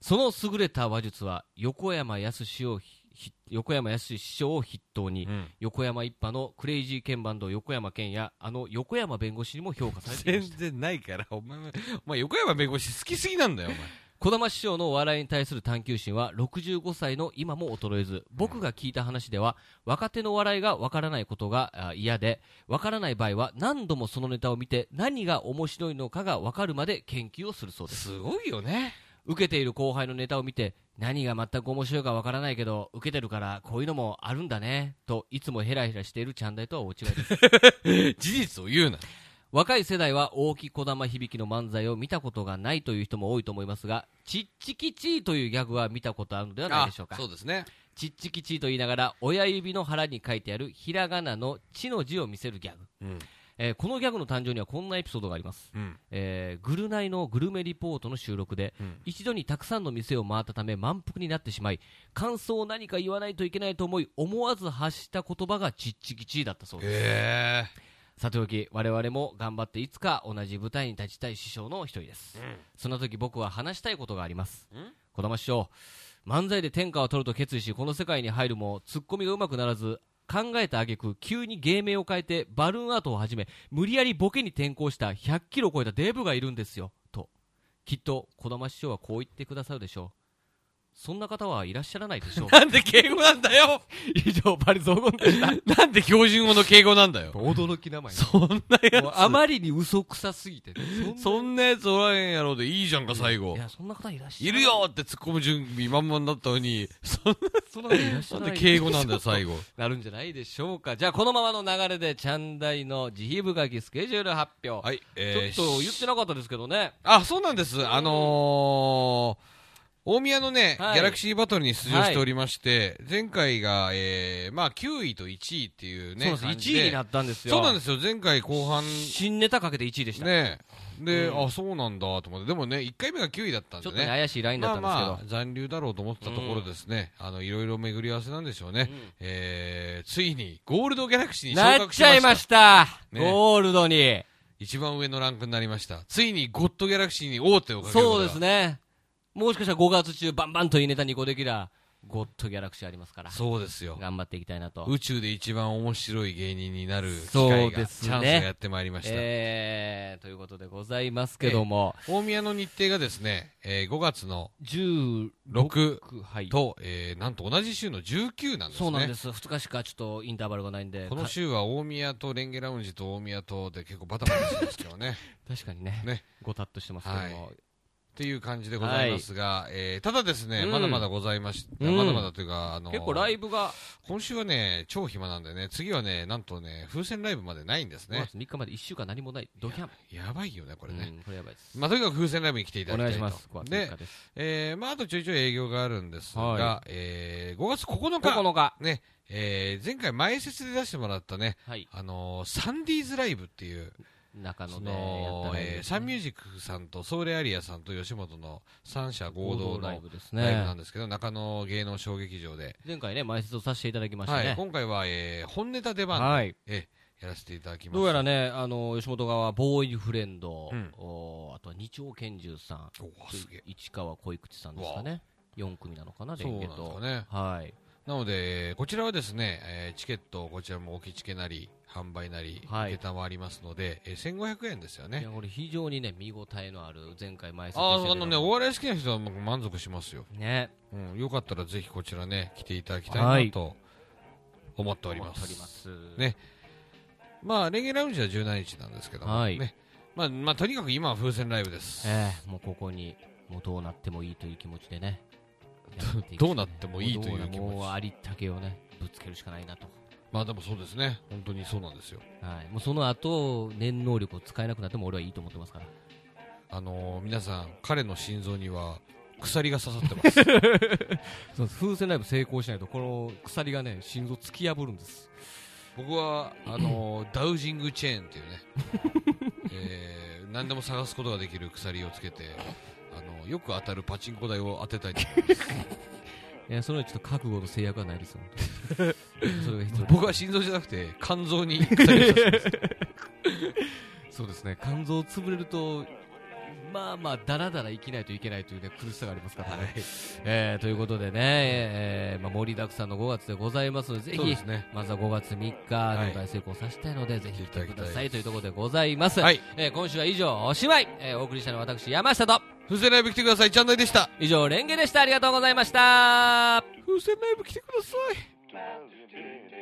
A: その優れた話術は横山やすしをひ横山やすし師匠を筆頭に、横山一派のクレイジーケンバンド横山健やあの横山弁護士にも評価されていま
B: 全
A: した
B: 然ないからお前はお前横山弁護士好きすぎなんだよお前
A: 児玉師匠のお笑いに対する探求心は65歳の今も衰えず僕が聞いた話では若手のお笑いがわからないことがあ嫌でわからない場合は何度もそのネタを見て何が面白いのかがわかるまで研究をするそうです
B: すごいよね
A: 受けている後輩のネタを見て何が全く面白いかわからないけど受けてるからこういうのもあるんだねといつもヘラヘラしているチャンダイとは大違いです [LAUGHS]
B: 事実を言うな
A: 若い世代は大木小玉響の漫才を見たことがないという人も多いと思いますが、ちっちきちーというギャグは見たことあるのではないでしょうか。
B: そうですね
A: ちっちきちーと言いながら、親指の腹に書いてあるひらがなのちの字を見せるギャグ。
B: うん
A: えーこのギャグの誕生にはこんなエピソードがあります。
B: うん
A: えーグルナイのグルメリポートの収録で、
B: うん
A: 一度にたくさんの店を回ったため満腹になってしまい、感想を何か言わないといけないと思い、思わず発した言葉がちっちきちーだったそうです。
B: へえ
A: さておき我々も頑張っていつか同じ舞台に立ちたい師匠の一人です、そんな時僕は話したいことがあります児玉師匠漫才で天下を取ると決意しこの世界に入るもツッコミがうまくならず考えた挙句急に芸名を変えてバルーンアートを始め無理やりボケに転向した100キロを超えたデブがいるんですよときっと児玉師匠はこう言ってくださるでしょうそんな方はいらっしゃらないでしょう
B: [LAUGHS] なんで敬語なんだよ
A: [LAUGHS] 以上バリ雑言でした
B: なんで標準語の敬語なんだよ
A: 驚き名前
B: そんなや
A: もうあまりに嘘くさすぎてね
B: つそんなやつおらへんやろでいいじゃんか最後
A: いや、そんな方いらっしゃ
B: いるよって突っ込む準備満々だったのにそん
A: そんな方いらっしゃら
B: なん
A: な
B: で
A: い。
B: 敬語なんだよ最 [LAUGHS] 後
A: なるんじゃないでしょうか。じゃあ、このままの流れで、チャンダイの慈悲深きスケジュール発表。
B: はいえー
A: ちょっと言ってなかったですけどね。
B: あ、そうなんです。あのー、大宮のね、
A: はい
B: ギャラクシーバトルに出場しておりまして、前回が、えー、まあ9位と1位っていうね、
A: そうなんです。1位になったんですよ。。
B: そうなんですすよ、前回後半、
A: 新ネタかけて1位でした。
B: ね、で、
A: うん
B: あ、そうなんだと思って、でもね、1回目が9位だったん
A: ちょ
B: で
A: っとね、
B: ね。
A: 怪しいラインだ
B: ま
A: っ
B: あ
A: たんですけど。
B: まあ、残留だろうと思ってたところですね、あの、いろいろ巡り合わせなんでしょうね。
A: うん
B: えー、ついに、ゴールドギャラクシーに昇
A: なっ
B: 格し
A: ち
B: ま
A: ゃ
B: し
A: い
B: た。
A: ました。
B: ね
A: ゴールドに。
B: 一番上のランクになりました。ついに、ゴッドギャラクシーに王手をかけること
A: そ
B: が
A: うですね。もしかしたら5月中、バンバンといいネタ2個できら、ゴッドギャラクシーありますから。
B: そうですよ。
A: 頑張っていきたいなと。
B: 宇宙で一番面白い芸人になる機
A: そう
B: 会
A: で
B: が、
A: す
B: チ
A: ね
B: ャンスがやってまいりました。
A: えー、ということでございますけども、
B: 大宮の日程がですね、えー、5月の
A: 16
B: 6
A: はい。
B: と、えー、なんと同じ週の19なんですね。
A: そうなんです。2日しかちょっとインターバルがないんで。
B: この
A: た
B: 週は大宮とレンゲラウンジと大宮とで結構バタバタしてますけどね。
A: 確かにね。
B: ね
A: ごたっとしてますけども。
B: っていう感じでございますが、えーただですね、
A: うん
B: まだまだございまし、
A: うん
B: まだまだというか、あのー
A: 結構ライブが
B: 今週はね、超暇なんでね、次はね、なんとね、風船ライブまでないんです
A: 5
B: ね。
A: 月3日まで1週間何もない。ドキャン。
B: やばいよね、これね。
A: うんこれやばいです。
B: まあ、とにかく風船ライブに来ていただ
A: お
B: きた
A: 願
B: い
A: いしま
B: と。
A: す。5月3日
B: で、
A: です。
B: えー、まあ、あとちょいちょい営業があるんですが、
A: は
B: えー、5月9日、
A: 9日。
B: ね、えー、前回前説で出してもらったね、
A: はい。
B: あのーサンディーズライブっていう、
A: 中野
B: そ
A: でやった
B: の、
A: ライブ
B: え
A: で
B: ー
A: すね
B: サンミュージックさんとソウルアリアさんと吉本の三社合
A: 合
B: 同
A: 同ライ
B: の
A: ブです
B: ライブな
A: ね
B: ん。ですけど、中野芸能小劇場で、
A: 前回ね、前説をさせていただきました
B: はい、
A: ね。
B: 今回は、えー、本ネタ出番、
A: はい。
B: えーやらせていただきます。
A: どうやらね、あの、吉本側は、ボーイフレンド、
B: うん
A: おあとは二丁拳銃さん、
B: おーすげえ。
A: 市川恋口さんですかね。4組なのかな、
B: そう
A: 連
B: なんで
A: 携
B: す
A: と
B: か。ね。
A: はい。
B: なので、えーこちらはですね、えーチケット、こちらも置きチケなり、販売なり、
A: はい
B: 桁もありますので、えー1500円ですよ
A: い
B: ね
A: や、。これ非常にね、見応えのある、前回前説
B: あ
A: でした
B: ーあ
A: けど
B: のね、お笑い好きな人はもう満足しますよ。
A: ね、
B: うん、よかったらぜひこちらね、来ていただきたいなと思っております。
A: 思っております
B: ねまあ、レギュラウンジは17日なんですけども、
A: はい
B: ね。まあ、まあ、とにかく今は風船ライブです。
A: ええもうここに、もうどうなってもいいという気持ちでね。やっていきた
B: どうなってもいいという
A: もど
B: 気
A: なもう
B: 持
A: あ
B: ち。
A: りったけをね、ぶつけるしかないなと。
B: まあでもそうですね。本当にそうなんですよ。
A: はい。もうその後、念能力を使えなくなっても俺はいいと思ってますから。
B: あのー皆さん、彼の心臓には鎖が刺さって [LAUGHS] ます。
A: そうです風船ライブ成功しないとこの鎖がね心臓突き破るんです
B: 僕は、あのーダウジングチェーンっていうね、 [LAUGHS] えー何でも探すことができる鎖をつけて、あのーよく当たるパチンコ台を当てたいと思います。
A: いやそれはちょっと覚悟と制約はないです [LAUGHS] よそれが必要
B: 僕は心臓じゃなくて肝臓に鎖を刺します
A: そうですね肝臓潰れるとまあまあだらだら生きないといけないというね苦しさがありますからね、えーということでね、えーまあ、盛りだくさんの5月でございますのでぜ
B: そうで
A: ひ
B: すね
A: まずは5月3日
B: い
A: の大成功させたいので、ぜひ来てくださいというところでございます、
B: [LAUGHS] はい
A: えー今週は以上おしまい、えーお送りしたのは私山下と
B: 風船ライブ来てくださいチャンネルでした
A: 以上レンゲでしたありがとうございました
B: 風船ライブ来てください
D: Mountain Dew.